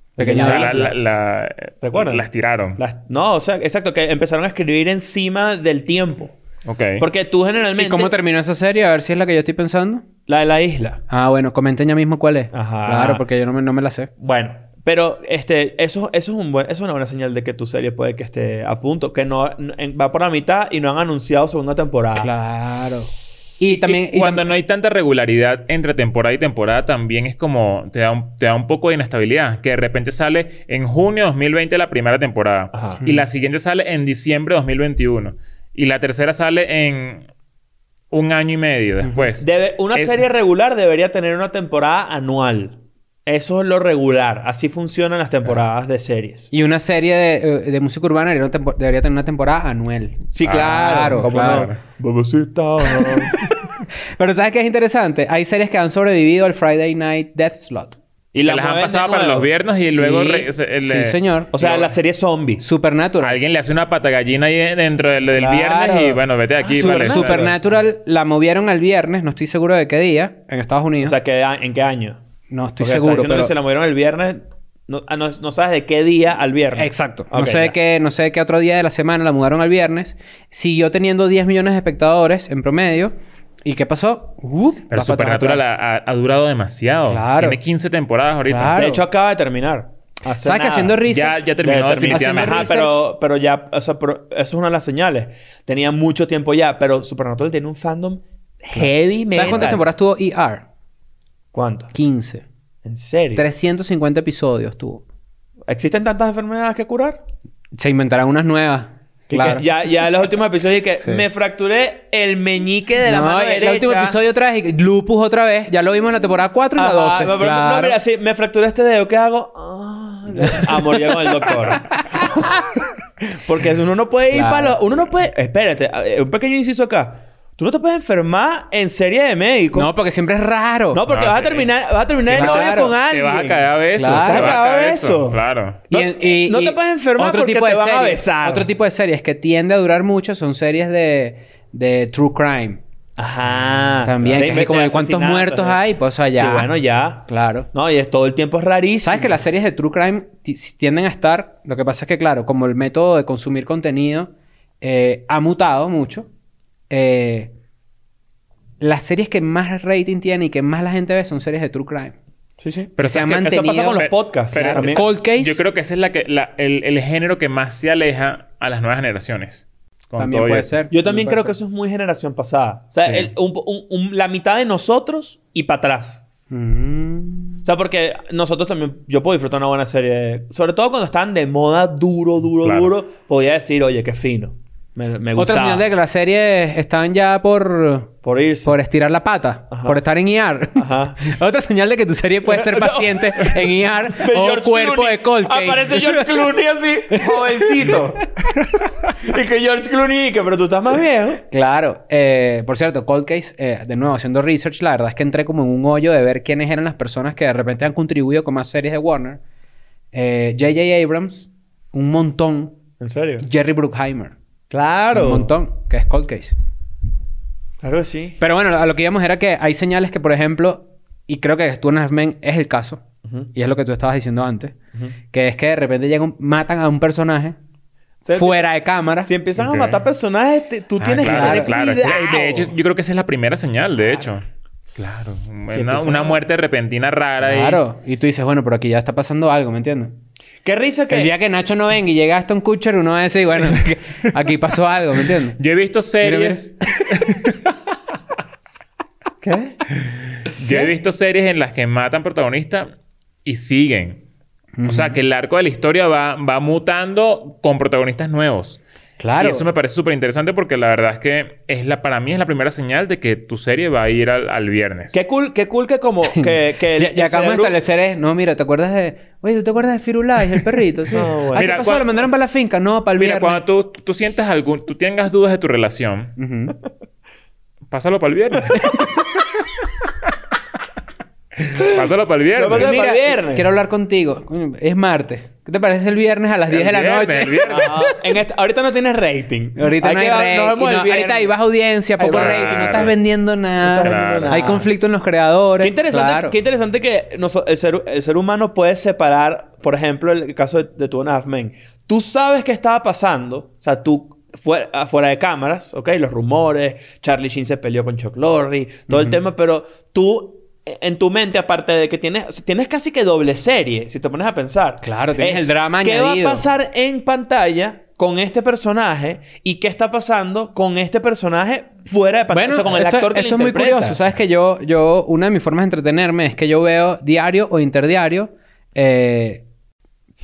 O Pequeña sea, la, isla. la- la- ¿Recuerdas? las tiraron. Las- no, o sea, exacto, que empezaron a escribir encima del tiempo. Ok. Porque tú ¿Y generalmente... cómo terminó esa serie? A ver si es la que yo estoy pensando. La de la isla. Ah, bueno, comenten ya mismo cuál es. Ajá. Claro, porque yo no me, no me la sé. Bueno, pero este, eso, eso es un buen, eso es una buena señal de que tu serie puede que esté a punto, que no, no- en- va por la mitad y no han anunciado segunda temporada. Claro. Y también... Y y cuando tam- no hay tanta regularidad entre temporada y temporada, también es como te da, un, te da un poco de inestabilidad. Que de repente sale en junio 2020 la primera temporada. Ajá. Y la siguiente sale en diciembre 2021. Y la tercera sale en un año y medio después. Debe- una Es- serie regular debería tener una temporada anual. Eso es lo regular. Así funcionan las temporadas de series. Y una serie de, eh, de música urbana debería tempo- debería tener una temporada anual. Sí, Claro, claro. ¿Cómo claro. no? Bebecita. (laughs) Pero ¿sabes qué es interesante? Hay series que han sobrevivido al Friday Night Death Slot. y Que la las han mueven de pasado para nuevo. los viernes y Sí, luego... re- se- eh, el- sí, señor. O sea, la serie zombies. Supernatural. Alguien le hace una patagallina ahí dentro del, del Claro. Ah, viernes y bueno, vete de aquí. Super- vale. Supernatural la movieron al viernes, no estoy seguro de qué día, en Estados O Unidos. sea, ¿qué a- ¿en qué año? no Porque estoy estás seguro. diciendo que pero- se la movieron el viernes. No, ah, no- no sabes de qué día al viernes. Exacto. no, Ok, sé ya. qué, no sé qué otro día de la semana la mudaron al viernes. Siguió teniendo 10 millones de espectadores en promedio. ¿Y qué pasó? ¡Uh! Pero La patada Supernatural atrás. ha, ha- ha durado demasiado. Claro. Tiene 15 temporadas ahorita. Claro. De hecho, acaba de terminar. Hace ¿Sabes que nada. haciendo Ya, research? ya terminó Ya terminó. definitivamente. Ajá, research. pero, pero ya, o sea, pero eso es una de las señales. Tenía mucho tiempo ya, pero Supernatural tiene un fandom heavy metal. ¿Sabes cuántas temporadas tuvo ER? ¿Cuánto? 15. ¿En serio? 350 episodios tuvo. ¿Existen tantas enfermedades que curar? Se inventarán unas nuevas. Y Claro. que ya, ya los últimos episodios y que Sí. me fracturé el meñique de la No, mano y derecha. El último episodio otra vez. y Lupus otra vez. Ya lo vimos en la temporada 4 y la Ajá, 12. me- claro. No, mira, sí, me fracturé este dedo, ¿qué hago? Ah, a morir con el doctor. Porque uno no puede ir Claro. para los... Uno no puede... Espérate, a- eh, un pequeño inciso acá. Tú no te puedes enfermar en serie de médico. No, porque siempre es raro. No, porque No, vas, sí. a terminar, vas a terminar Sí, el novio claro. con Te alguien. vas a caer a besos. Claro. Te vas a caer a Eso. besos. Claro. Y No- eh, en- y- no y te puedes enfermar porque te van a series- besar. Otro tipo de series que tiende a durar mucho son series de, de true crime. Ajá. También, De- que es de como de cuántos asesinatos, muertos ¿eh? hay, pues, o sea, ya. Sí, bueno, ya. Claro. No, y es, todo el tiempo es rarísimo. ¿Sabes que las series de true crime ti- tienden a estar? Lo que pasa es que, claro, como el método de consumir contenido eh, ha mutado mucho, eh, las series que más rating tienen y que más la gente ve son series de true crime. Sí, sí. Pero se sabes ha que eso Eso mantenido. pasa con los Pero- podcasts. pero- también. Cold Case. Yo creo que ese es la que, la- el, el género que más se aleja a las nuevas generaciones. Con También todo y puede eso. ser. Yo también puede creo que ser. eso es muy generación pasada. O sea, Sí. el- un- un- un- la mitad de nosotros y para atrás. Mm. O sea, porque nosotros también, yo puedo disfrutar una buena serie. Sobre todo cuando estaban de moda duro, duro, Claro. duro, podía decir, oye, qué fino. Me, me Otra gustaba. señal de que las series están ya por... Por irse. Por estirar la pata. Ajá. Por estar en IAR. Ajá. (laughs) Otra señal de que tu serie puede (laughs) ser No. paciente en IAR (laughs) (laughs) De o George cuerpo Clooney. de Cold Case. Aparece (laughs) George Clooney así, jovencito. y que George Clooney, y que, pero tú estás más viejo. Claro. Eh, por cierto, Cold Case, eh, de nuevo, haciendo research, la verdad es que entré como en un hoyo de ver quiénes eran las personas que de repente han contribuido con más series de Warner. Eh, J.J. Abrams, un montón. ¿En serio? Jerry Bruckheimer, Claro. un montón, que es Cold Case. Claro que sí. Pero bueno, a lo que íbamos era que hay señales que, por ejemplo, y creo que Two and a Half Men es el caso, y es lo que tú estabas diciendo antes, que es que de repente llegan, matan a un personaje Se- fuera de cámara. Si empiezan Ok. a matar personajes, te- tú Ah, tienes claro, que tener claro. Esa- cuidado. de hecho, yo creo que esa es la primera señal, de hecho. Claro. Una, empieza- una muerte repentina rara. ahí. Claro. Y tú dices, bueno, pero aquí ya está pasando algo, ¿me entiendes? Qué risa que... El día que Nacho no venga y llega Aston Kutcher, uno va a decir, bueno, (laughs) que aquí pasó algo, ¿me entiendes? Yo he visto series. ¿Qué? Yo he visto series en las que matan protagonistas y siguen. O sea, que el arco de la historia va, va mutando con protagonistas nuevos. Claro. Y eso me parece súper interesante porque la verdad es que es la, para mí es la primera señal de que tu serie va a ir al, al viernes. Qué cool, qué cool que (laughs) como... Que, que el- y, y el acabamos de cerebro- establecer es, no, mira, ¿te acuerdas de... Oye, ¿tú te acuerdas de Firulais, el perrito? Sí. No, bueno. Ah, ¿qué Mira, pasó? cua- ¿Lo mandaron para la finca? No, para el Mira, viernes. cuando tú, tú sientas algún, tú tengas dudas de tu relación, Ujú. pásalo para el (laughs) viernes. pásalo para el Lo viernes. pasa para Mira, el viernes. quiero hablar contigo. Coño, Es martes. ¿Qué te parece el viernes a las 10 de El la viernes, el noche? viernes. Ajá. En esta- ahorita no tienes rating. Ahorita no hay que- rating, nos vemos el no, viernes. ahorita hay baja audiencia, Hay poco baja rating, no audiencia. estás vendiendo No nada. estás vendiendo Claro. nada. Hay conflicto en los creadores. Qué interesante, Claro. qué interesante que noso- el, ser, el ser humano puede separar, por ejemplo, el caso de, de tu Half Men. Tú sabes qué estaba pasando, o sea, tú fuera, afuera de cámaras, ¿ok? Los rumores, Charlie Sheen se peleó con Chuck Lorre, todo el tema, pero tú eh, en tu mente, aparte de que tienes, o sea, tienes casi que doble serie, si te pones a pensar. Claro, tienes el drama ¿Qué añadido. va a pasar en pantalla con este personaje y qué está pasando con este personaje fuera de pantalla? Bueno, o sea, con el esto, actor que esto es lo muy interpreta. curioso. Sabes que yo, yo, una de mis formas de entretenerme es que yo veo diario o interdiario eh,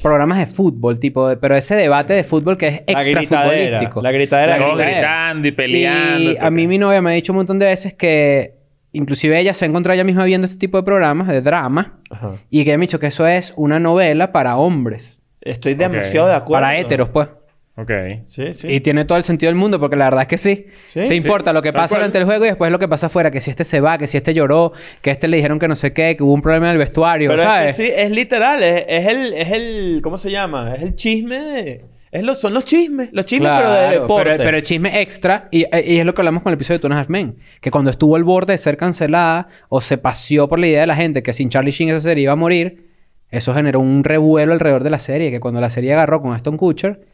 programas de fútbol, tipo, de- pero ese debate de fútbol que es La extra gritadera, futbolístico. la gritadera. Todos gritando y peleando. Y a mí mi novia me ha dicho un montón de veces que inclusive ella se ha encontrado ella misma viendo este tipo de programas de drama Ajá. y que me ha dicho que eso es una novela para hombres, Estoy demasiado de acuerdo. para héteros, pues. Ok. Sí, sí. Y tiene todo el sentido del mundo porque la verdad es que sí. Sí, Te sí. importa lo que Tal pasa cual. durante el juego y después lo que pasa afuera, que si este se va, que si este lloró, que a este le dijeron que no sé qué, que hubo un problema en el vestuario, Pero ¿sabes? es que sí, es literal, es, es el, es el, ¿cómo se llama? Es el chisme de, es lo, son los chismes, los chismes pero de Claro, deporte. Pero, pero chisme extra, y, y es lo que hablamos con el episodio de Tunas Men, que cuando estuvo al borde de ser cancelada o se paseó por la idea de la gente que sin Charlie Sheen esa serie iba a morir, eso generó un revuelo alrededor de la serie, que cuando la serie agarró con Aston Kutcher,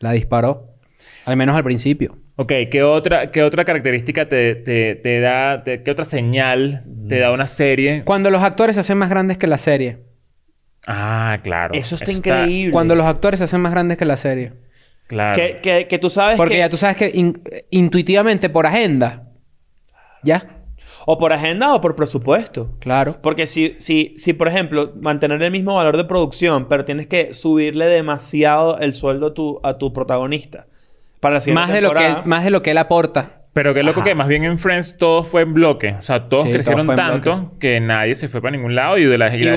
la disparó. Al menos al principio. Ok, ¿qué otra, qué otra característica te, te, te da, te- qué otra señal te da una serie? Cuando los actores se hacen más grandes que la serie. Ah, claro. Eso está increíble. Cuando los actores se hacen más grandes que la serie. Claro. que, que, que tú sabes Porque que, ya tú sabes que in- intuitivamente por agenda. Ya, o por agenda o por presupuesto. claro. Porque si, si, si, por ejemplo, mantener el mismo valor de producción, pero tienes que subirle demasiado el sueldo a tu, a tu protagonista. Para la siguiente Más de, lo que él, temporada. más de lo que él aporta. Pero qué loco que más bien en Friends todo fue en bloque. O sea, todos Sí, todo crecieron fue en tanto que nadie se fue para ningún lado y de la... y la-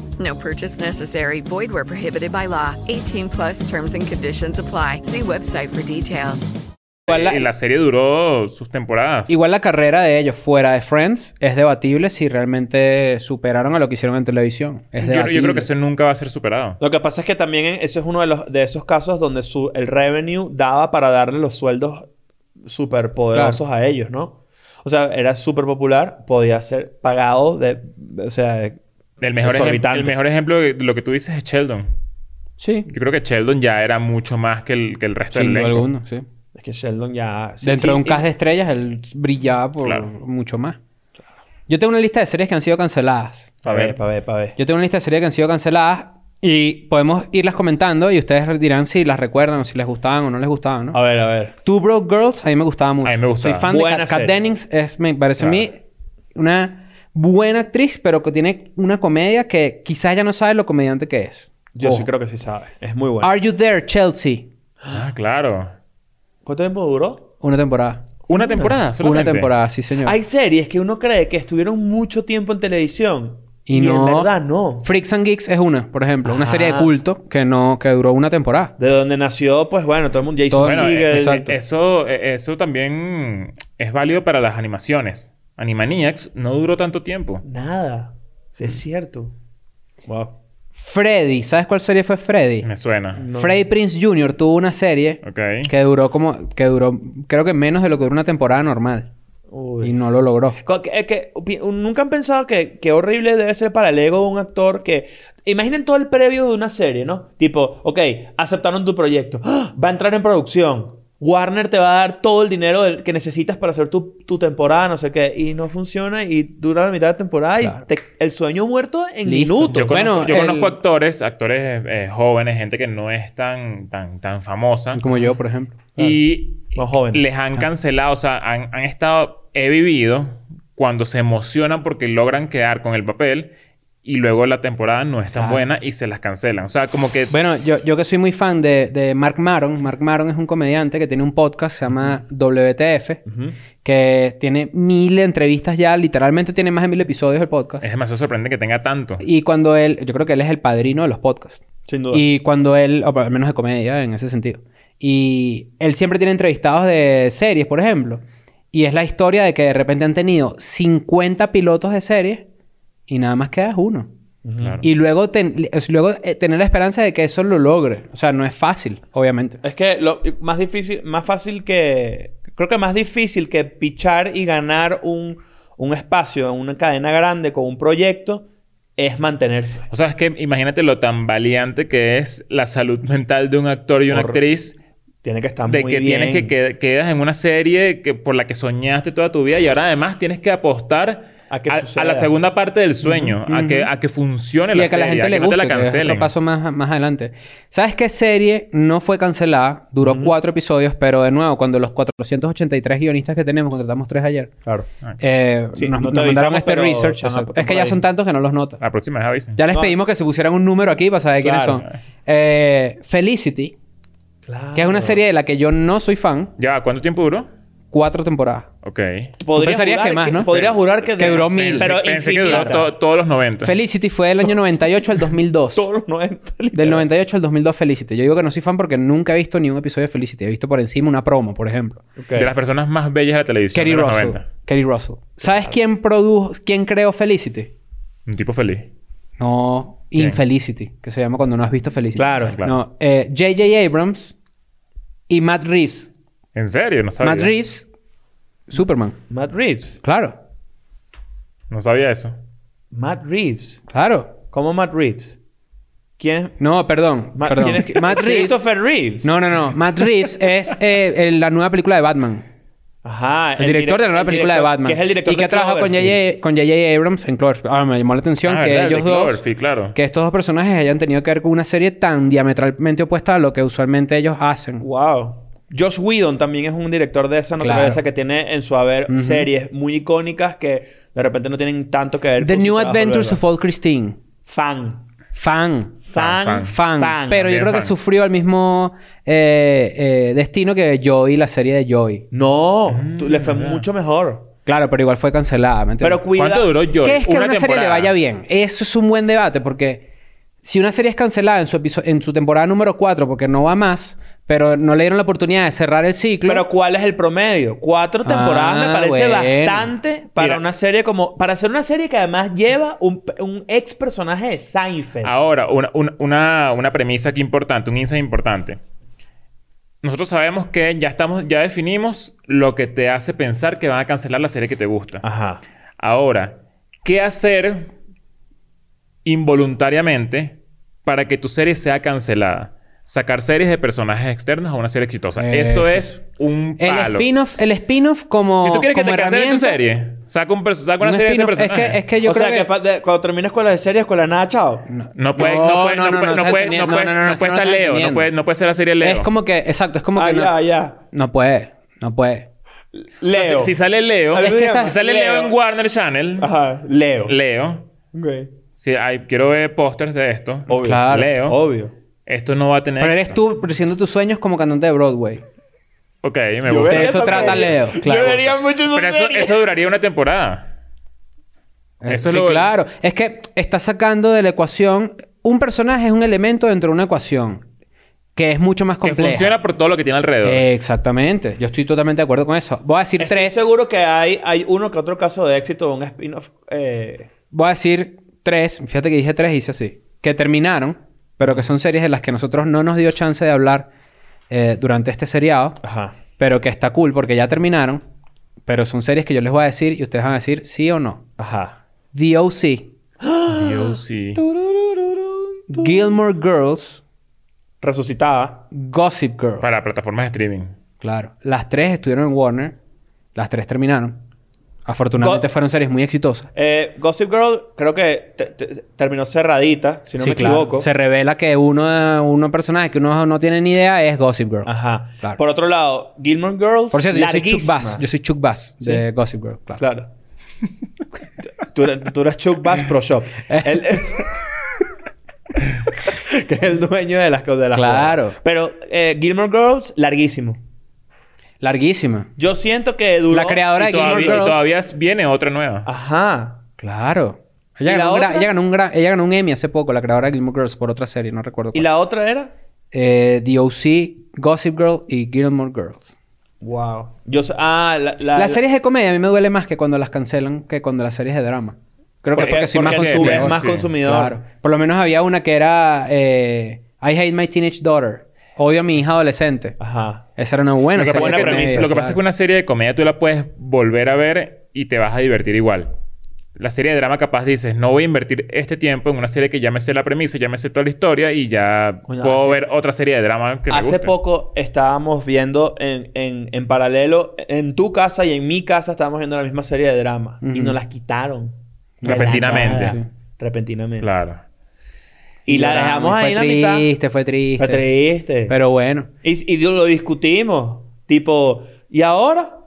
No purchase necessary. Void where prohibited by law. 18 plus terms and conditions apply. See website for details. Igual la, Eh, y la serie duró sus temporadas. igual la carrera de ellos fuera de Friends es debatible si realmente superaron a lo que hicieron en televisión. Es Yo, debatible. yo creo que eso nunca va a ser superado. Lo que pasa es que también en- ese es uno de, los, de esos casos donde su, el revenue daba para darle los sueldos súper poderosos a ellos, ¿no? O sea, era súper popular, podía ser pagado de... O sea, de- El mejor, ejem- Exorbitante. el mejor ejemplo de lo que tú dices es Sheldon. Sí, Yo creo que Sheldon ya era mucho más que el, que el resto sin del duda elenco. alguna, sí. es que Sheldon ya... sí, Dentro sí, de un y- cast de estrellas, él brillaba por Claro. mucho más. Yo tengo una lista de series que han sido canceladas. Pa' ver, pa' ver, pa' ver. Yo tengo una lista de series que han sido canceladas y podemos irlas comentando y ustedes dirán si las recuerdan o si les gustaban o no les gustaban, ¿no? A ver, a ver. Two Broke Girls a mí me gustaba mucho. A mí me gustaba. Soy fan Buena de Kat, Kat serie. Dennings. Es, me parece a mí una buena actriz, pero que tiene una comedia que quizás ya no sabe lo comediante que es. Yo sí Ojo. creo que sí sabe. Es muy bueno. Oh. Are You There, Chelsea? Ah, claro. ¿Cuánto tiempo duró? Una temporada. Una temporada solamente. Una temporada, sí, señor. Hay series que uno cree que estuvieron mucho tiempo en televisión. Y no- en verdad no. Freaks and Geeks es una, por ejemplo. Una serie de Ah. culto que no... que duró una temporada. De donde nació, pues bueno, todo el mundo... Jason Todo- Bueno, Segel, eh, exacto. eso, eh, eso también es válido para las animaciones. Animaniacs no duró tanto tiempo. Nada. Sí, es cierto. Wow. Freddy. ¿Sabes cuál serie fue Freddy? Me suena. Freddy Prince Jr. tuvo una serie Ok. que duró como... que duró... creo que menos de lo que duró una temporada normal. Uy. Y no lo logró. Co- que- que- pi- nunca han pensado que, que horrible debe ser para el ego de un actor que... Imaginen todo el previo de una serie, ¿no? Tipo, ok, aceptaron tu proyecto. (gasps) ¡Ah! Va a entrar en producción. Warner te va a dar todo el dinero del- que necesitas para hacer tu, tu temporada, no sé qué. Y no funciona y dura la mitad de temporada y te- el sueño muerto en Listo. minutos. Yo conozco, Bueno, yo el- conozco actores, actores eh, jóvenes, gente que no es tan, tan, tan famosa. Como yo, por ejemplo. Y Más jóvenes. les han cancelado, o sea, han, han estado, he vivido cuando se emocionan porque logran quedar con el papel y luego la temporada no es tan Claro. buena y se las cancelan. O sea, como que... Bueno, yo, yo que soy muy fan de, de Mark Maron. Mark Maron es un comediante que tiene un podcast que se llama WTF, que tiene mil entrevistas ya, literalmente tiene más de mil episodios el podcast. es demasiado sorprendente que tenga tanto. Y cuando él, yo creo que él es el padrino de los podcasts. Sin duda. Y cuando él, o al menos de comedia en ese sentido. Y él siempre tiene entrevistados de series, por ejemplo. Y es la historia de que de repente han tenido 50 pilotos de series y nada más quedas uno. Claro. Y luego, ten- es- luego eh, tener la esperanza de que eso lo logre. O sea, no es fácil, obviamente. Es que lo más difícil, más fácil que. Creo que más difícil que pichar y ganar un, un espacio en una cadena grande con un proyecto es mantenerse. O sea, es que imagínate lo tan valiente que es la salud mental de un actor y una Correcto. actriz. Tiene que estar De muy que bien. tienes que, qued- quedas en una serie que, por la que soñaste toda tu vida y ahora además tienes que apostar A que suceda. la segunda parte del sueño, a, que, a que funcione Y la a que serie, la gente le no te guste. la que es cancelen. otro paso más, más adelante. ¿Sabes qué serie no fue cancelada? Duró cuatro episodios, pero de nuevo, cuando los 483 guionistas que tenemos, contratamos tres ayer, Claro. eh, Sí, nos, no te nos mandaron avisamos, este pero- research. ajá, exacto. por Es que ya ahí. son tantos que no los nota. La próxima vez avisen. Ya les No. pedimos que se pusieran un número aquí para saber quiénes Claro. son. Eh, Felicity, Claro. que es una serie de la que yo no soy fan, Ya, ¿cuánto tiempo duró? cuatro temporadas. Ok. Podría pensarías jurar que más, ¿no? Podría jurar que... Que duró de- mil. Pero Pensé que duró infinita. to- todos los 90. Felicity fue del año 98 al 2002. Todos los 90. Del 98 al 2002 Felicity. Yo digo que no soy fan porque nunca he visto ni un episodio de Felicity. He visto por encima una promo, por ejemplo. De las personas más bellas de la televisión. Kerry de los Russell. 90. Kerry Russell. ¿Sabes quién produjo, quién creó Felicity? Un tipo feliz. No, ¿Quién? Infelicity, que se llama cuando no has visto Felicity. Claro, claro. No, eh, J.J. Abrams y Matt Reeves. ¿En serio? No sabía. Matt Reeves, Superman. Matt Reeves. Claro, No sabía eso. Matt Reeves. claro. ¿Cómo Matt Reeves? ¿Quién es...? No, perdón. Ma- perdón. ¿quién es que- Matt Reeves. (laughs) Christopher Reeves. No, no, no. Matt Reeves es eh, el- la nueva película de Batman. Ajá. El director de la nueva el película director- de Batman. Que es el director y que ha de trabajado con Cloverfield. J.J. con J.J. Abrams en Cloverfield. Ah, me llamó la atención Ah, que ¿verdad? El de ellos dos... Cloverfield, claro. Que estos dos personajes hayan tenido que ver con una serie tan diametralmente opuesta a lo que usualmente ellos hacen. Wow. Josh Whedon también es un director de esa naturaleza Claro. que tiene en su haber series muy icónicas que de repente no tienen tanto que ver The con su New trabajo, Adventures ¿verdad? of Old Christine. Fan. Fan. Fan. fan, Fan. fan. Pero yo Bien creo que fan. sufrió el mismo eh, eh, destino que Joey, la serie de Joey. No. tú- le Mm. fue mucho mejor. Claro, pero igual fue cancelada. ¿me entiendes? Pero cuida... ¿Cuánto duró yo? ¿Qué es que a una serie le vaya bien? Eso es un buen debate porque si una serie es cancelada en su, episo- en su temporada número 4 porque no va más, pero no le dieron la oportunidad de cerrar el ciclo. Pero ¿cuál es el promedio? Cuatro temporadas Ah, me parece bueno. bastante para Mira. una serie como... Para hacer una serie que además lleva un, un ex personaje de Seinfeld. Ahora, una, una- una- una premisa aquí importante, un insight importante. Nosotros sabemos que ya estamos, ya definimos lo que te hace pensar que van a cancelar la serie que te gusta. Ah. Ajá. Ahora, ¿qué hacer involuntariamente para que tu serie sea cancelada? Sacar series de personajes externos a una serie exitosa. Eso, Eso. es un el palo. spin-off, el spin-off como. si tú quieres que como te cancelen tu herramienta, serie, saca, un perso- saca una un serie de ese spin-off- es personaje. que, es que yo o creo sea, que, que. pa- de- cuando termina escuela de serie, escuela de nada, chao. No puede, No, no puede, no, no, no, puede, no, no puede, no, no puede, no, no, no puede no, estar no, Leo, no entendiendo. puede, no puede ser la serie Leo. Es como que. Exacto, es como que. Ah, no, ya, ya. no puede. No puede. Leo. Si sale Leo, Es que está- si sale Leo, en Warner Channel, Ajá. Leo. Leo, Ok. si hay- quiero ver pósters de esto, Obvio. Claro. Leo, Obvio. esto no va a tener Pero eres éxito. tú presionando tus sueños como cantante de Broadway. Ok, me Yo gusta. vería eso esa trata serie. Leo, claro. Yo vería mucho esa Pero eso, serie. eso duraría una temporada. Eh, Eso sí, lo- claro. Es que está sacando de la ecuación... Un personaje es un elemento dentro de una ecuación. Que es mucho más Que compleja. funciona por todo lo que tiene alrededor. Eh, Exactamente. Yo estoy totalmente de acuerdo con eso. Voy a decir Estoy tres... seguro que hay, hay uno que otro caso de éxito de un spin-off. eh, Voy a decir tres... Fíjate que dije tres y hice así. Que terminaron, pero que son series de las que nosotros no nos dio chance de hablar eh, durante este seriado. Ajá. Pero que está cool porque ya terminaron. Pero son series que yo les voy a decir y ustedes van a decir sí o no. Ajá. The O.C., Dios, sí. Gilmore Girls, Resucitada. Gossip Girl. Para plataformas de streaming. Claro. Las tres estuvieron en Warner. Las tres terminaron. Afortunadamente Go- fueron series muy exitosas. Eh, Gossip Girl creo que te- te- terminó cerradita, si no Sí, me claro. equivoco. Se revela que uno, uno personaje que uno no tiene ni idea es Gossip Girl. Ajá. Claro. Por otro lado, Gilmore Girls. Por cierto, yo soy Chuck larguísima. Bass. Yo soy Chuck Bass de Gossip Girl. Claro. Claro. tú, eres- tú eres Chuck Bass Pro Shop. Él- (laughs) que es el dueño de las cosas. De las Claro. cosas. Pero eh, Gilmore Girls, larguísimo. Larguísima. Yo siento que duró... La creadora Y de todavía, Gilmore y Girls. todavía viene otra nueva. Ajá. Claro. ¿Y Ella la ganó, un gra- otra? ella ganó un gra- ella ganó un Emmy hace poco, la creadora de Gilmore Girls, por otra serie, no recuerdo. ¿Y cuál. la otra era? Eh, The O.C., Gossip Girl y Gilmore Girls. Wow. Yo so- ah, la, la, Las series de comedia a mí me duele más que cuando las cancelan que cuando las series de drama. Creo que Porque- porque soy más porque tú consumidor. eres más Sí. consumidor. Claro. Por lo menos había una que era eh, I hate my teenage daughter. Odio a mi hija adolescente. Ajá. Esa era una buena. Lo que, pasa es serie que, buena tenía, premisa. lo que pasa es que claro. una serie de comedia tú la puedes volver a ver y te vas a divertir igual. La serie de drama capaz dices, no voy a invertir este tiempo en una serie que ya me sé la premisa, ya me sé toda la historia y ya Coño, puedo hace- ver otra serie de drama que me Hace guste. poco estábamos viendo en, en- en paralelo, en tu casa y en mi casa estábamos viendo la misma serie de drama y Ujú. nos las quitaron. De la Repentinamente. nada. Sí. Repentinamente. Claro. Y la Lloramos, dejamos y ahí en la Fue mitad. triste, fue triste. Fue triste. Pero bueno. Y, y lo discutimos. Tipo, ¿y ahora?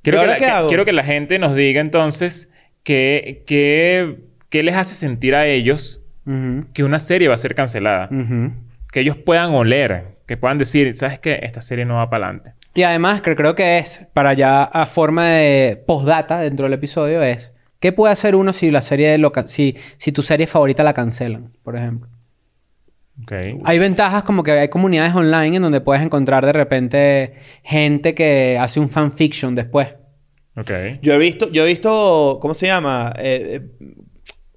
Quiero, ¿Y que ahora la, qué que- hago? quiero que la gente nos diga entonces qué qué- qué les hace sentir a ellos Ujú, que una serie va a ser cancelada. ujú. Que ellos puedan oler, que puedan decir, ¿sabes qué? Esta serie no va para adelante. Y además, que creo que es, para ya a forma de postdata dentro del episodio, es ¿qué puede hacer uno si la serie lo can- si, si tu serie favorita la cancelan, por ejemplo? Hay ventajas como que hay comunidades online en donde puedes encontrar de repente gente que hace un fanfiction después. Ok. Yo he visto, yo he visto, ¿cómo se llama? Eh, eh,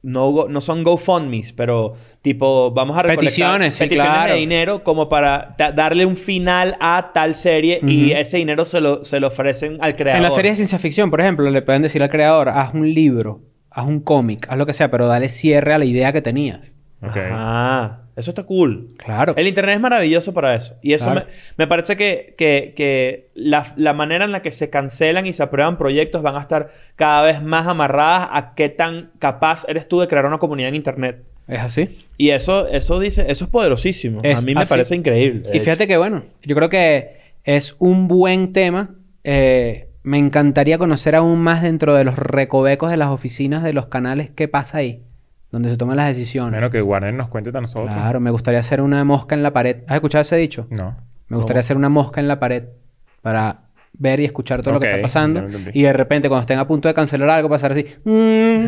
no, go- no son GoFundMe's, pero tipo, vamos a recolectar Peticiones, sí, peticiones claro. de dinero como para ta- darle un final a tal serie y ese dinero se lo, se lo ofrecen al creador. En la serie de ciencia ficción, por ejemplo, le pueden decir al creador, haz un libro, haz un cómic, haz lo que sea, pero dale cierre a la idea que tenías. Ok. Ah, eso está cool. Claro. El internet es maravilloso para eso. Y eso Claro. me, me parece que, que- que la, la manera en la que se cancelan y se aprueban proyectos van a estar cada vez más amarradas a qué tan capaz eres tú de crear una comunidad en internet. Es así. Y eso, eso dice, eso es poderosísimo. Es a mí me así. parece increíble. de Y fíjate que, bueno, yo creo que es un buen tema. Eh, me encantaría conocer aún más dentro de los recovecos de las oficinas de los canales qué pasa ahí, donde se toman las decisiones. Menos que Warner nos cuente a nosotros. claro, me gustaría hacer una mosca en la pared. ¿Has escuchado ese dicho? No. Me gustaría hacer una mosca en la pared para ver y escuchar todo lo Ok, que está pasando. ya lo entendí. Y de repente, cuando estén a punto de cancelar algo, (laughs) pasar así. "Mm",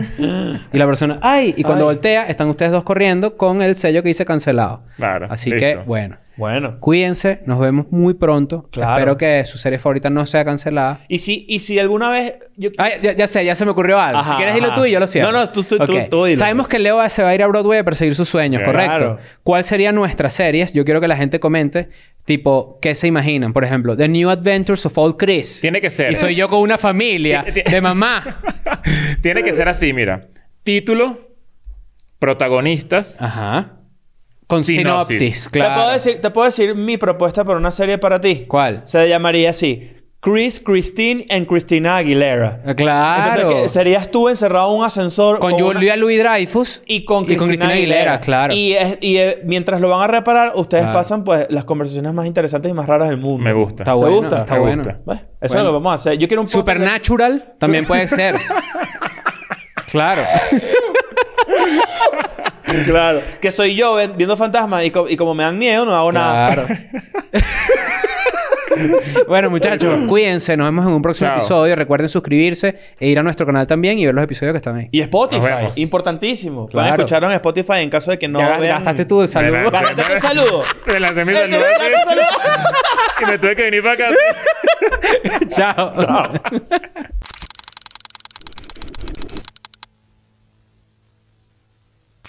y la persona, ¡ay! Y cuando Ay. voltea, están ustedes dos corriendo con el sello que dice cancelado. Claro, Así listo. que, bueno. hecho. Bueno. Cuídense, nos vemos muy pronto. Claro. Espero que su serie favorita no sea cancelada. Y si, y si alguna vez... Yo... Ay, ya, ya sé, ya se me ocurrió algo. Ajá, si quieres dilo ajá. tú y yo lo cierro. No, no, tú- tú- tú- Ok. tú dilo. Sabemos que Leo se va a ir a Broadway a perseguir sus sueños, Claro. ¿correcto? ¿Cuál sería nuestras series? Yo quiero que la gente comente, tipo, ¿qué se imaginan? Por ejemplo, The New Adventures of Old Chris. Tiene que ser. Y soy yo con una familia Ti- ti- (laughs) de mamá. Tiene que ser así, mira. Título, protagonistas. Ah, Ajá. Con Sinopsis. sinopsis, claro. Te, puedo decir, te puedo decir mi propuesta para una serie para ti. ¿Cuál? Se llamaría así. Chris, Christine and Christina Aguilera. Eh, Claro. Entonces, que serías tú encerrado en un ascensor con una- Julia Louis Dreyfus y con Cristina, Aguilera, claro. Ah. Y, es- y, eh, mientras lo van a reparar, ustedes Claro. pasan pues las conversaciones más interesantes y más raras del mundo. Me gusta. Está ¿Te bueno, gusta? está Me bueno. gusta. ¿Ves? Eso lo vamos a hacer. Yo quiero un podcast de- Supernatural también (laughs) puede ser. claro. Claro. Que soy yo ven- viendo fantasmas y, co- y como me dan miedo, no hago nada. Claro. bueno, muchachos, cuídense. Nos vemos en un próximo Chao. episodio. Recuerden suscribirse e ir a nuestro canal también y ver los episodios que están ahí. (laughs) Y Nos Spotify, vemos. importantísimo. Van a Claro. escuchar en Spotify en caso de que no Ya vean. gastaste tú el Me saludo. lancé- Gastaste tu saludo. Me lancé mi Este, saludo. gastaste tu saludo. y me tuve (laughs) que venir para acá. (laughs) Chao.